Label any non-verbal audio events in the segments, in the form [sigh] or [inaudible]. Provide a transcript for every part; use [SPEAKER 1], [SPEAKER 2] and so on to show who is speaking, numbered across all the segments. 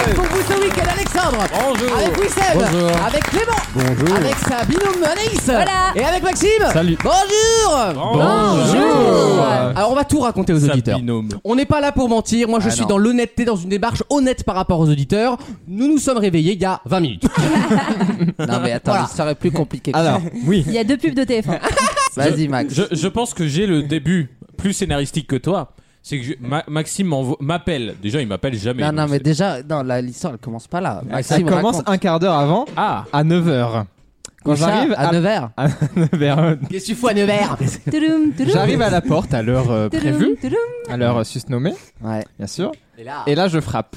[SPEAKER 1] Avec pour vous ce week-end, Alexandre.
[SPEAKER 2] Bonjour.
[SPEAKER 1] Avec Wissem.
[SPEAKER 2] Bonjour.
[SPEAKER 1] Avec Clément.
[SPEAKER 2] Bonjour.
[SPEAKER 1] Avec sa binôme Anaïs.
[SPEAKER 3] Voilà.
[SPEAKER 1] Et avec Maxime.
[SPEAKER 2] Salut.
[SPEAKER 1] Bonjour.
[SPEAKER 3] Bonjour.
[SPEAKER 1] Alors on va tout raconter aux auditeurs.
[SPEAKER 2] binôme.
[SPEAKER 1] On n'est pas là pour mentir.
[SPEAKER 2] Ah
[SPEAKER 1] Moi, je suis dans l'honnêteté, dans une démarche honnête par rapport aux auditeurs. Nous nous sommes réveillés il y a 20 minutes.
[SPEAKER 4] [laughs] Non mais attends, ça serait plus compliqué. que
[SPEAKER 2] Alors, oui.
[SPEAKER 3] Il y a deux pubs de téléphone.
[SPEAKER 1] Ah.
[SPEAKER 4] ça. vas-y Max.
[SPEAKER 5] Je, je pense que j'ai le début plus scénaristique que toi. C'est que je- Ma- Maxime m'envo- m'appelle. Déjà, il m'appelle jamais.
[SPEAKER 4] non non
[SPEAKER 5] donc
[SPEAKER 4] mais
[SPEAKER 5] c'est-
[SPEAKER 4] déjà, non la l'histoire elle commence pas là.
[SPEAKER 2] Ça
[SPEAKER 4] Maxime
[SPEAKER 2] commence
[SPEAKER 4] raconte.
[SPEAKER 2] un quart d'heure avant,
[SPEAKER 5] Ah,
[SPEAKER 2] à 9h. Quand
[SPEAKER 4] Au chat,
[SPEAKER 2] j'arrive
[SPEAKER 4] à 9h.
[SPEAKER 2] à 9h,
[SPEAKER 1] Qu'est-ce que tu fous à Nevers
[SPEAKER 3] Toudoum, toudoum,
[SPEAKER 2] j'arrive à la porte à l'heure euh,
[SPEAKER 3] toudoum,
[SPEAKER 2] prévue,
[SPEAKER 3] toudoum.
[SPEAKER 2] à l'heure euh, susnommée,
[SPEAKER 4] Ouais.
[SPEAKER 2] bien sûr.
[SPEAKER 1] Et là,
[SPEAKER 2] Et là, je frappe.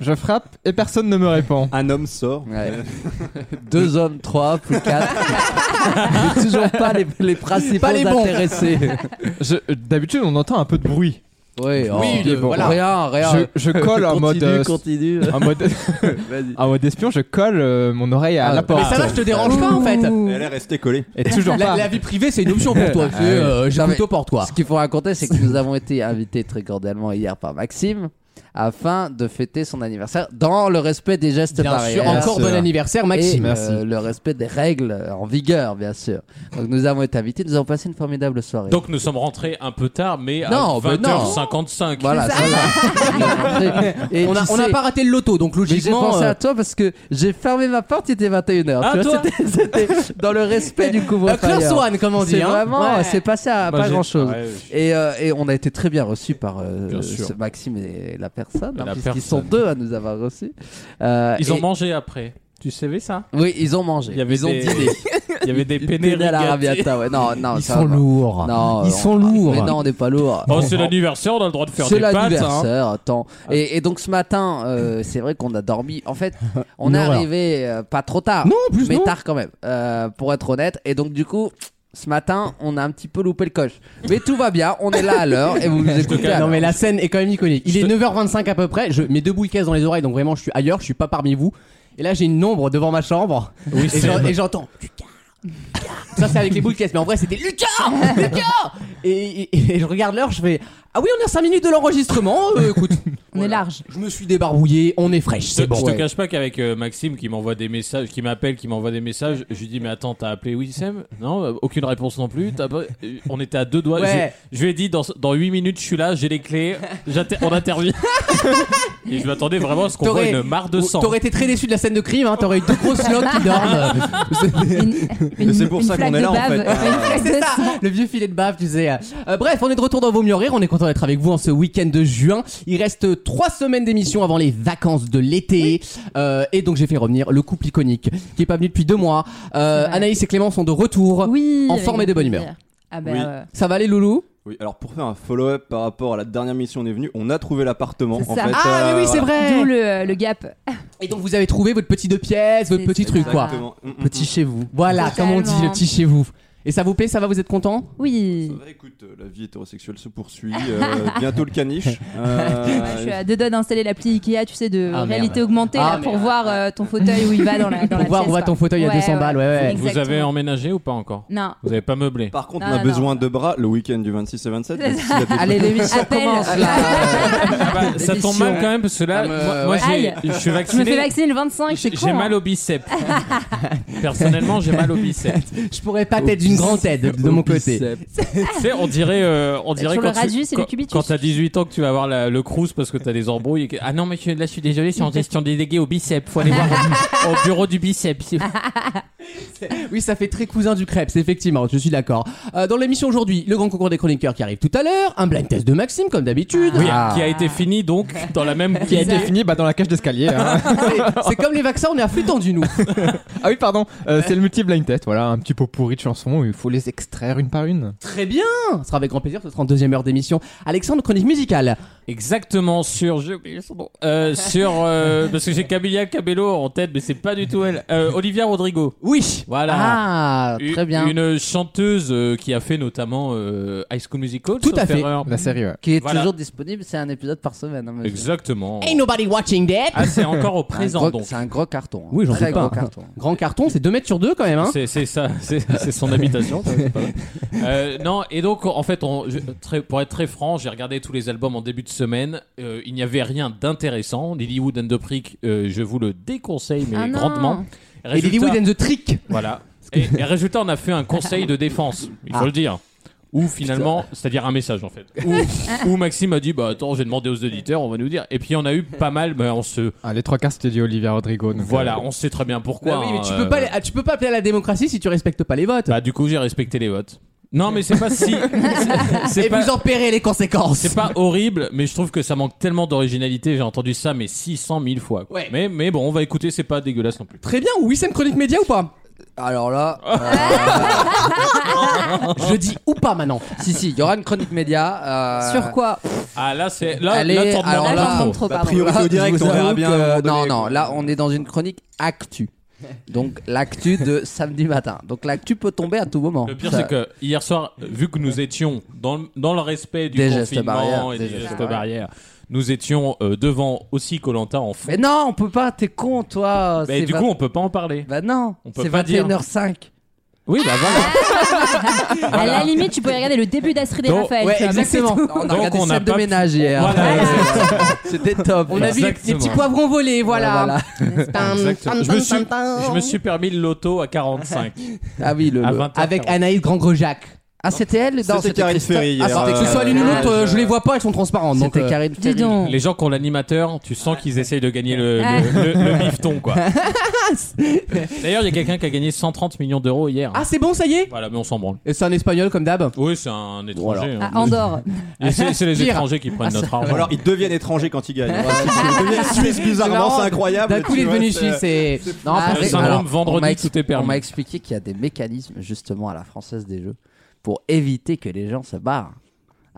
[SPEAKER 2] Je frappe et personne ne me répond.
[SPEAKER 6] Un homme sort.
[SPEAKER 4] ouais. Euh, [laughs] Deux hommes, trois, plus [laughs] quatre. Mais toujours pas les, les principaux
[SPEAKER 1] Pas les bons.
[SPEAKER 4] intéressés.
[SPEAKER 2] Je- euh, D'habitude, on entend un peu de bruit.
[SPEAKER 4] Oui, oh,
[SPEAKER 2] Oui, le-
[SPEAKER 4] bon.
[SPEAKER 2] voilà.
[SPEAKER 4] rien,
[SPEAKER 2] Je,
[SPEAKER 4] rien.
[SPEAKER 2] je colle en mode.
[SPEAKER 4] [laughs]
[SPEAKER 2] euh,
[SPEAKER 4] continue.
[SPEAKER 2] en mode,
[SPEAKER 6] Vas-y.
[SPEAKER 2] en mode espion, je colle euh, mon oreille à
[SPEAKER 4] Ah,
[SPEAKER 2] la
[SPEAKER 4] mais
[SPEAKER 2] porte.
[SPEAKER 1] mais ça va, je te dérange pas en fait.
[SPEAKER 6] Elle est restée collée.
[SPEAKER 2] Et toujours
[SPEAKER 1] La,
[SPEAKER 2] pas.
[SPEAKER 1] la vie privée, c'est
[SPEAKER 4] [laughs]
[SPEAKER 1] une option pour toi. C'est, euh, J'écoute
[SPEAKER 4] Ah, mais-
[SPEAKER 1] aux portes, quoi.
[SPEAKER 4] Ce qu'il faut raconter, c'est que nous avons été invités très cordialement hier par Maxime afin de fêter son anniversaire dans le respect des gestes
[SPEAKER 1] Bien sûr,
[SPEAKER 4] barrières.
[SPEAKER 1] encore bon anniversaire, Maxime.
[SPEAKER 4] Et, euh,
[SPEAKER 2] Merci.
[SPEAKER 4] le respect des règles en vigueur, bien sûr. Donc nous avons été invités, nous avons passé une formidable soirée.
[SPEAKER 5] donc nous sommes rentrés un peu tard, mais
[SPEAKER 4] Non,
[SPEAKER 5] à
[SPEAKER 4] bah non.
[SPEAKER 5] 20h55.
[SPEAKER 4] voilà.
[SPEAKER 1] [laughs]
[SPEAKER 4] voilà. Et tu
[SPEAKER 1] on n'a
[SPEAKER 4] sais,
[SPEAKER 1] pas raté le loto, donc
[SPEAKER 4] mais J'ai
[SPEAKER 1] logiquement.
[SPEAKER 4] pensé
[SPEAKER 1] euh,
[SPEAKER 4] à toi parce que j'ai fermé ma porte, il était 21h.
[SPEAKER 5] Ah, toi
[SPEAKER 4] c'était, c'était dans le respect du
[SPEAKER 1] euh,
[SPEAKER 4] couvre-feu.
[SPEAKER 1] Claire Swan, comme on dit.
[SPEAKER 4] C'est
[SPEAKER 1] hein.
[SPEAKER 4] vraiment,
[SPEAKER 1] Ouais.
[SPEAKER 4] c'est passé à
[SPEAKER 5] Bah,
[SPEAKER 4] pas
[SPEAKER 5] j'ai-
[SPEAKER 4] grand chose.
[SPEAKER 5] Ouais,
[SPEAKER 4] Et, euh, et on a été très bien reçus par euh,
[SPEAKER 5] Bien sûr.
[SPEAKER 4] ce Maxime et la personne,
[SPEAKER 5] La
[SPEAKER 4] hein, puisqu'ils sont
[SPEAKER 5] personne.
[SPEAKER 4] deux à nous avoir reçus. Euh,
[SPEAKER 5] Ils ont
[SPEAKER 4] et-
[SPEAKER 5] mangé après. Tu savais ça
[SPEAKER 4] Oui, ils ont mangé.
[SPEAKER 5] Il y avait
[SPEAKER 4] ils ont
[SPEAKER 5] des-
[SPEAKER 4] dîné.
[SPEAKER 5] [laughs] Il y avait des
[SPEAKER 4] Dîné à
[SPEAKER 5] pénérigatés.
[SPEAKER 4] l'arabiata, ouais. Non, non,
[SPEAKER 1] Ils
[SPEAKER 4] ça
[SPEAKER 1] sont
[SPEAKER 4] va.
[SPEAKER 1] lourds.
[SPEAKER 4] Non,
[SPEAKER 1] Ils
[SPEAKER 4] on-
[SPEAKER 1] sont lourds.
[SPEAKER 4] Mais non, on n'est pas lourd.
[SPEAKER 5] Oh, c'est l'anniversaire, on a le droit de faire
[SPEAKER 4] C'est
[SPEAKER 5] des pâtes. hein.
[SPEAKER 4] l'anniversaire, attends. Et, et donc ce matin, euh, c'est vrai qu'on a dormi. En
[SPEAKER 5] [laughs]
[SPEAKER 4] fait, on est
[SPEAKER 1] Une horreur.
[SPEAKER 4] arrivé euh, pas trop tard,
[SPEAKER 1] Non, en plus
[SPEAKER 4] mais
[SPEAKER 1] non.
[SPEAKER 4] tard quand même, euh, pour être honnête. Et donc du coup, ce matin, on a un petit peu loupé le coche. Mais tout va bien, on est là à l'heure et vous
[SPEAKER 5] [laughs]
[SPEAKER 4] nous écoutez. à
[SPEAKER 1] Non
[SPEAKER 4] l'heure.
[SPEAKER 1] mais la scène est quand même iconique. Il est 9h25 à peu près, je mets deux boules caisses dans les oreilles donc vraiment je suis ailleurs, je suis pas parmi vous. Et là j'ai une ombre devant ma chambre
[SPEAKER 5] Oui,
[SPEAKER 1] et
[SPEAKER 5] c'est
[SPEAKER 1] j'en- et j'entends Lucas. Lucas. Ça c'est avec les boules caisses mais en vrai c'était Lucas Lucas et, et- et je regarde l'heure, je fais Ah oui, on est à 5 minutes de l'enregistrement,
[SPEAKER 5] [laughs]
[SPEAKER 1] euh, écoute.
[SPEAKER 3] On est large.
[SPEAKER 1] Je me suis débarbouillé, on est fraîche,
[SPEAKER 5] Je,
[SPEAKER 1] c'est bon.
[SPEAKER 5] je te
[SPEAKER 1] Ouais.
[SPEAKER 5] cache pas qu'avec euh, Maxime qui m'envoie des messages, qui m'appelle, qui m'envoie des messages, je lui dis mais attends t'as appelé Wissem Non, euh, aucune réponse non plus. t'as pas- euh, On était à deux doigts.
[SPEAKER 1] Ouais.
[SPEAKER 5] Je, je lui ai dit dans, dans 8 minutes je suis là, j'ai les clés, j'inter- on intervient.
[SPEAKER 1] [laughs]
[SPEAKER 5] Et je m'attendais vraiment à ce qu'on voit
[SPEAKER 1] T'aurais-
[SPEAKER 5] une mare de sang.
[SPEAKER 1] T'aurais été très déçu de la scène de crime, hein, t'aurais eu deux grosses loques qui dorment.
[SPEAKER 3] Une- une-
[SPEAKER 6] c'est pour
[SPEAKER 3] une
[SPEAKER 6] ça qu'on
[SPEAKER 3] flaque
[SPEAKER 6] est
[SPEAKER 3] de
[SPEAKER 6] là, en
[SPEAKER 3] bave, Ah.
[SPEAKER 6] fait.
[SPEAKER 3] une flaque de
[SPEAKER 1] Ah. C'est ça,
[SPEAKER 3] sang.
[SPEAKER 1] le vieux filet de bave, tu sais. Euh, bref, on est de retour dans Vos Mieux en Rire. On est content d'être avec vous en ce week-end de juin. Il reste trois semaines d'émission avant les vacances de l'été. Euh, et donc, j'ai fait revenir le couple iconique qui est pas venu depuis deux mois. Euh,
[SPEAKER 3] C'est vrai.
[SPEAKER 1] Anaïs et Clément sont de retour.
[SPEAKER 3] Oui.
[SPEAKER 1] En
[SPEAKER 3] avec
[SPEAKER 1] forme et de bonne humeur.
[SPEAKER 3] plaisir. Ah bah
[SPEAKER 6] Oui.
[SPEAKER 3] ouais.
[SPEAKER 1] Ça va aller, Loulou
[SPEAKER 6] Oui, alors pour faire un follow-up par rapport à la dernière mission on est venu, on a trouvé l'appartement.
[SPEAKER 3] C'est
[SPEAKER 6] en
[SPEAKER 3] ça.
[SPEAKER 6] fait,
[SPEAKER 1] Ah,
[SPEAKER 6] euh,
[SPEAKER 1] mais oui, c'est
[SPEAKER 6] voilà.
[SPEAKER 1] vrai.
[SPEAKER 3] D'où le, euh, le gap.
[SPEAKER 1] Et donc, vous avez trouvé votre petit deux pièces, votre
[SPEAKER 3] C'est
[SPEAKER 1] petit truc, quoi.
[SPEAKER 6] Exactement. Mm, mm, mm.
[SPEAKER 4] Petit chez vous.
[SPEAKER 1] Voilà, comme on dit, le
[SPEAKER 3] Totalement.
[SPEAKER 1] petit chez vous. Et ça vous plaît, ça va, vous êtes content
[SPEAKER 3] Oui.
[SPEAKER 6] Ça va, écoute, euh, la vie hétérosexuelle se poursuit. euh, bientôt le caniche. Euh,
[SPEAKER 3] Moi, je suis à deux doigts d'installer l'appli Ikea, tu sais, de
[SPEAKER 1] Ah, merde.
[SPEAKER 3] réalité augmentée
[SPEAKER 1] Ah,
[SPEAKER 3] là, pour
[SPEAKER 1] merde.
[SPEAKER 3] voir euh, ton fauteuil où il va dans la, dans
[SPEAKER 1] Pour
[SPEAKER 3] la
[SPEAKER 1] voir où
[SPEAKER 3] pièce,
[SPEAKER 1] va
[SPEAKER 3] quoi.
[SPEAKER 1] ton fauteuil à 200 balles, ouais, ouais.
[SPEAKER 5] Vous
[SPEAKER 3] Exactement.
[SPEAKER 5] avez emménagé ou pas encore
[SPEAKER 3] Non.
[SPEAKER 5] Vous avez pas meublé
[SPEAKER 6] Par contre,
[SPEAKER 3] Non,
[SPEAKER 6] on a
[SPEAKER 3] non,
[SPEAKER 6] besoin
[SPEAKER 3] non.
[SPEAKER 6] de bras le week-end du 26 et 27.
[SPEAKER 3] C'est
[SPEAKER 6] donc s'il y a des-
[SPEAKER 4] Allez, l'émission
[SPEAKER 3] Appel.
[SPEAKER 4] commence là.
[SPEAKER 5] Ah bah,
[SPEAKER 1] [laughs]
[SPEAKER 5] Ça tombe mal quand même parce que là,
[SPEAKER 1] Ah, me-
[SPEAKER 5] moi, moi,
[SPEAKER 1] ouais.
[SPEAKER 5] j'ai-
[SPEAKER 3] Aïe.
[SPEAKER 5] je suis
[SPEAKER 3] Je me fais
[SPEAKER 5] vacciné.
[SPEAKER 3] vacciner le 25,
[SPEAKER 5] J'ai
[SPEAKER 3] c'est con.
[SPEAKER 5] j'ai
[SPEAKER 3] hein.
[SPEAKER 5] mal au
[SPEAKER 1] [laughs]
[SPEAKER 5] bicep. Personnellement, j'ai mal au bicep.
[SPEAKER 1] Je pourrais pas être d'une grande aide de mon côté.
[SPEAKER 3] [laughs]
[SPEAKER 5] Tu sais, on dirait, euh, on dirait
[SPEAKER 3] Sur
[SPEAKER 5] quand
[SPEAKER 3] le radius
[SPEAKER 5] tu,
[SPEAKER 3] et le
[SPEAKER 5] quand-
[SPEAKER 3] cubitus.
[SPEAKER 5] quand t'as 18 ans que tu vas avoir la- le cruise parce que t'as des embrouilles. et que- Ah non, mais je- là, je suis désolé, c'est en gestion déléguée au bicep. Faut aller voir au, au bureau du bicep. C'est-
[SPEAKER 1] Oui, ça fait très cousin du crêpes, effectivement, je suis d'accord. Euh, dans l'émission aujourd'hui, le grand concours des chroniqueurs qui arrive tout à l'heure, un blind test de Maxime, comme d'habitude.
[SPEAKER 5] Oui,
[SPEAKER 4] Ah.
[SPEAKER 5] qui a été fini donc dans la même.
[SPEAKER 2] Qui a été fini bah, dans la cage d'escalier. hein.
[SPEAKER 1] Ah, C'est comme les vaccins, on est à flux tendu, nous.
[SPEAKER 2] ah oui, pardon. euh, c'est le multi-blind test. Voilà, un petit pot pourri de chansons. où Il faut les extraire une par une.
[SPEAKER 1] Très bien Ce sera avec grand plaisir, ce sera en deuxième heure d'émission. Alexandre, chronique musicale.
[SPEAKER 5] Exactement sur. J'ai oublié son nom. Euh, sur. euh, parce que j'ai Camilla Cabello en tête, mais c'est pas du tout elle. Euh, Olivia Rodrigo.
[SPEAKER 1] Oui Wish.
[SPEAKER 5] Voilà.
[SPEAKER 4] Ah,
[SPEAKER 5] Une-
[SPEAKER 4] très bien.
[SPEAKER 5] Une chanteuse euh, qui a fait notamment euh, High School Musical.
[SPEAKER 1] Tout à
[SPEAKER 5] sauf
[SPEAKER 1] fait.
[SPEAKER 5] erreur.
[SPEAKER 2] La série, ouais.
[SPEAKER 4] Qui est
[SPEAKER 5] Voilà.
[SPEAKER 4] toujours disponible, c'est un épisode par semaine. hein, monsieur.
[SPEAKER 5] Exactement.
[SPEAKER 1] Ain't nobody watching that.
[SPEAKER 5] Ah, c'est encore au
[SPEAKER 4] C'est un
[SPEAKER 5] présent
[SPEAKER 4] gros-
[SPEAKER 5] donc.
[SPEAKER 4] C'est un gros carton. hein.
[SPEAKER 1] Oui, j'en
[SPEAKER 4] Très
[SPEAKER 1] doute pas.
[SPEAKER 4] gros carton.
[SPEAKER 1] Grand carton, c'est 2 mètres sur 2 quand même. Hein.
[SPEAKER 5] C'est c'est ça, c'est c'est son habitation. ça, c'est pas mal. Euh, non, et donc en fait, on- je- très- pour être très franc, j'ai regardé tous les albums en début de semaine. Euh, il n'y avait rien d'intéressant. Lilywood and the Prick, euh, je vous le déconseille, mais
[SPEAKER 3] Ah non.
[SPEAKER 5] grandement.
[SPEAKER 1] Et
[SPEAKER 5] Résultat-
[SPEAKER 1] Lilywood and the Trick.
[SPEAKER 5] Voilà. Et, et résultat, on a fait un conseil de défense, il faut le dire. Ou finalement, c'est-à-dire un message en fait. Où, où Maxime a dit Bah attends, j'ai demandé aux auditeurs, on va nous dire. Et puis on a eu pas mal, mais on se.
[SPEAKER 2] Ah, les trois quarts, c'était du Olivia Rodrigo. donc,
[SPEAKER 5] Voilà,
[SPEAKER 2] euh,
[SPEAKER 5] on sait très bien pourquoi.
[SPEAKER 1] Bah oui, mais
[SPEAKER 5] hein,
[SPEAKER 1] tu
[SPEAKER 5] euh,
[SPEAKER 1] peux, pas, ah, tu peux pas appeler à la démocratie si tu respectes pas les votes.
[SPEAKER 5] Bah du coup, j'ai respecté les votes. Non, mais c'est
[SPEAKER 4] [laughs]
[SPEAKER 5] pas si. c'est-
[SPEAKER 1] Et
[SPEAKER 5] C'est pas.
[SPEAKER 1] vous en paierez les conséquences.
[SPEAKER 5] C'est pas horrible, mais je trouve que ça manque tellement d'originalité. J'ai entendu ça, mais 600 000 fois. quoi.
[SPEAKER 1] Ouais.
[SPEAKER 5] Mais, mais bon, on va écouter, c'est pas dégueulasse non plus.
[SPEAKER 1] Très bien, oui, c'est une chronique média ou pas
[SPEAKER 4] Alors
[SPEAKER 5] [laughs]
[SPEAKER 4] là, euh,
[SPEAKER 1] [laughs] Je dis ou pas maintenant.
[SPEAKER 4] si, si, il y aura une chronique média. euh,
[SPEAKER 3] Sur quoi
[SPEAKER 5] Ah là, c'est. Là,
[SPEAKER 4] Allez,
[SPEAKER 5] là, t'en
[SPEAKER 4] alors
[SPEAKER 5] demandes pas
[SPEAKER 4] là-
[SPEAKER 5] trop.
[SPEAKER 3] J'entends trop,
[SPEAKER 6] bah,
[SPEAKER 3] pardon.
[SPEAKER 6] priorité
[SPEAKER 4] Là,
[SPEAKER 6] au direct,
[SPEAKER 4] je vous
[SPEAKER 6] on verra
[SPEAKER 4] avoue
[SPEAKER 6] bien
[SPEAKER 4] que-
[SPEAKER 6] à un moment
[SPEAKER 4] hein. euh, non,
[SPEAKER 6] donné,
[SPEAKER 4] non,
[SPEAKER 6] quoi.
[SPEAKER 4] là, on est dans une chronique actu. Donc, [laughs] l'actu de samedi matin. Donc, l'actu peut tomber à tout moment.
[SPEAKER 5] Le pire,
[SPEAKER 4] Ça-
[SPEAKER 5] c'est que hier soir, vu que nous étions dans le, dans le respect du
[SPEAKER 4] Des gestes
[SPEAKER 5] confinement
[SPEAKER 4] barrières,
[SPEAKER 5] et
[SPEAKER 4] des
[SPEAKER 5] des
[SPEAKER 4] gestes
[SPEAKER 5] gestes
[SPEAKER 4] barrières.
[SPEAKER 5] barrières, nous étions euh, devant aussi Colanta en fond.
[SPEAKER 4] Mais non, on peut pas, t'es con, toi.
[SPEAKER 5] Mais
[SPEAKER 4] c'est
[SPEAKER 5] Bah, du
[SPEAKER 4] vingt-
[SPEAKER 5] coup, on peut pas en parler.
[SPEAKER 4] Bah non,
[SPEAKER 5] on peut
[SPEAKER 4] c'est
[SPEAKER 5] pas dire.
[SPEAKER 4] 21h05.
[SPEAKER 5] Oui, bah voilà.
[SPEAKER 3] À la limite, tu pourrais regarder le début d'Astrid et
[SPEAKER 5] Donc,
[SPEAKER 3] Raphaël.
[SPEAKER 1] ouais,
[SPEAKER 3] tu vois, mais
[SPEAKER 5] [laughs]
[SPEAKER 3] c'est
[SPEAKER 1] exactement.
[SPEAKER 3] tout.
[SPEAKER 4] On a
[SPEAKER 5] Donc,
[SPEAKER 4] regardé
[SPEAKER 5] on n'a
[SPEAKER 4] scène de
[SPEAKER 5] pas pu-
[SPEAKER 4] ménage hier.
[SPEAKER 5] Voilà,
[SPEAKER 4] C'était top.
[SPEAKER 1] On a vu les
[SPEAKER 5] Exactement.
[SPEAKER 1] petits poivrons voler, voilà.
[SPEAKER 4] Voilà.
[SPEAKER 5] Exactement. Je me suis- Je me suis permis le loto à 45,
[SPEAKER 4] Ah oui, le.
[SPEAKER 5] à
[SPEAKER 4] le-
[SPEAKER 5] 20
[SPEAKER 1] Avec Anaïs Grand-Grojac.
[SPEAKER 4] Ah, c'était elle Non,
[SPEAKER 6] C'était Karine
[SPEAKER 4] Christophe.
[SPEAKER 6] Ferry
[SPEAKER 4] Ah,
[SPEAKER 6] hier.
[SPEAKER 4] c'était
[SPEAKER 6] Euh,
[SPEAKER 1] Que ce soit l'une ou
[SPEAKER 4] Christophe.
[SPEAKER 1] l'autre, euh, je les vois pas, elles sont transparentes. Donc,
[SPEAKER 4] C'était
[SPEAKER 1] euh,
[SPEAKER 4] Karine
[SPEAKER 3] Dis
[SPEAKER 4] Ferry.
[SPEAKER 3] donc.
[SPEAKER 5] Les gens qui ont l'animateur, tu sens qu'ils essayent de gagner le, le, le-
[SPEAKER 1] [laughs]
[SPEAKER 5] le bifton, quoi. D'ailleurs, il y a quelqu'un qui a gagné 130 millions d'euros hier.
[SPEAKER 1] Ah, c'est bon, ça y est
[SPEAKER 5] Voilà, mais on s'en branle.
[SPEAKER 1] Et C'est un espagnol comme d'hab.
[SPEAKER 5] Oui, c'est un étranger. hein.
[SPEAKER 3] À Andorre.
[SPEAKER 5] Et c'est c'est les
[SPEAKER 1] Pire.
[SPEAKER 5] étrangers qui prennent notre
[SPEAKER 6] Ou
[SPEAKER 5] argent.
[SPEAKER 6] alors ils deviennent étrangers quand ils gagnent. ils deviennent suisses bizarrement,
[SPEAKER 1] marrant.
[SPEAKER 6] c'est incroyable.
[SPEAKER 1] D'un coup,
[SPEAKER 6] tu
[SPEAKER 1] il est
[SPEAKER 6] vois,
[SPEAKER 1] devenu
[SPEAKER 6] c'est-
[SPEAKER 1] suisse et.
[SPEAKER 4] Non,
[SPEAKER 5] Ah, le
[SPEAKER 4] parce-
[SPEAKER 5] syndrome vendredi,
[SPEAKER 4] ah, on m'a expli-
[SPEAKER 5] tout est permis.
[SPEAKER 4] On m'a expliqué qu'il y a des mécanismes justement à la française des jeux pour éviter que les gens se barrent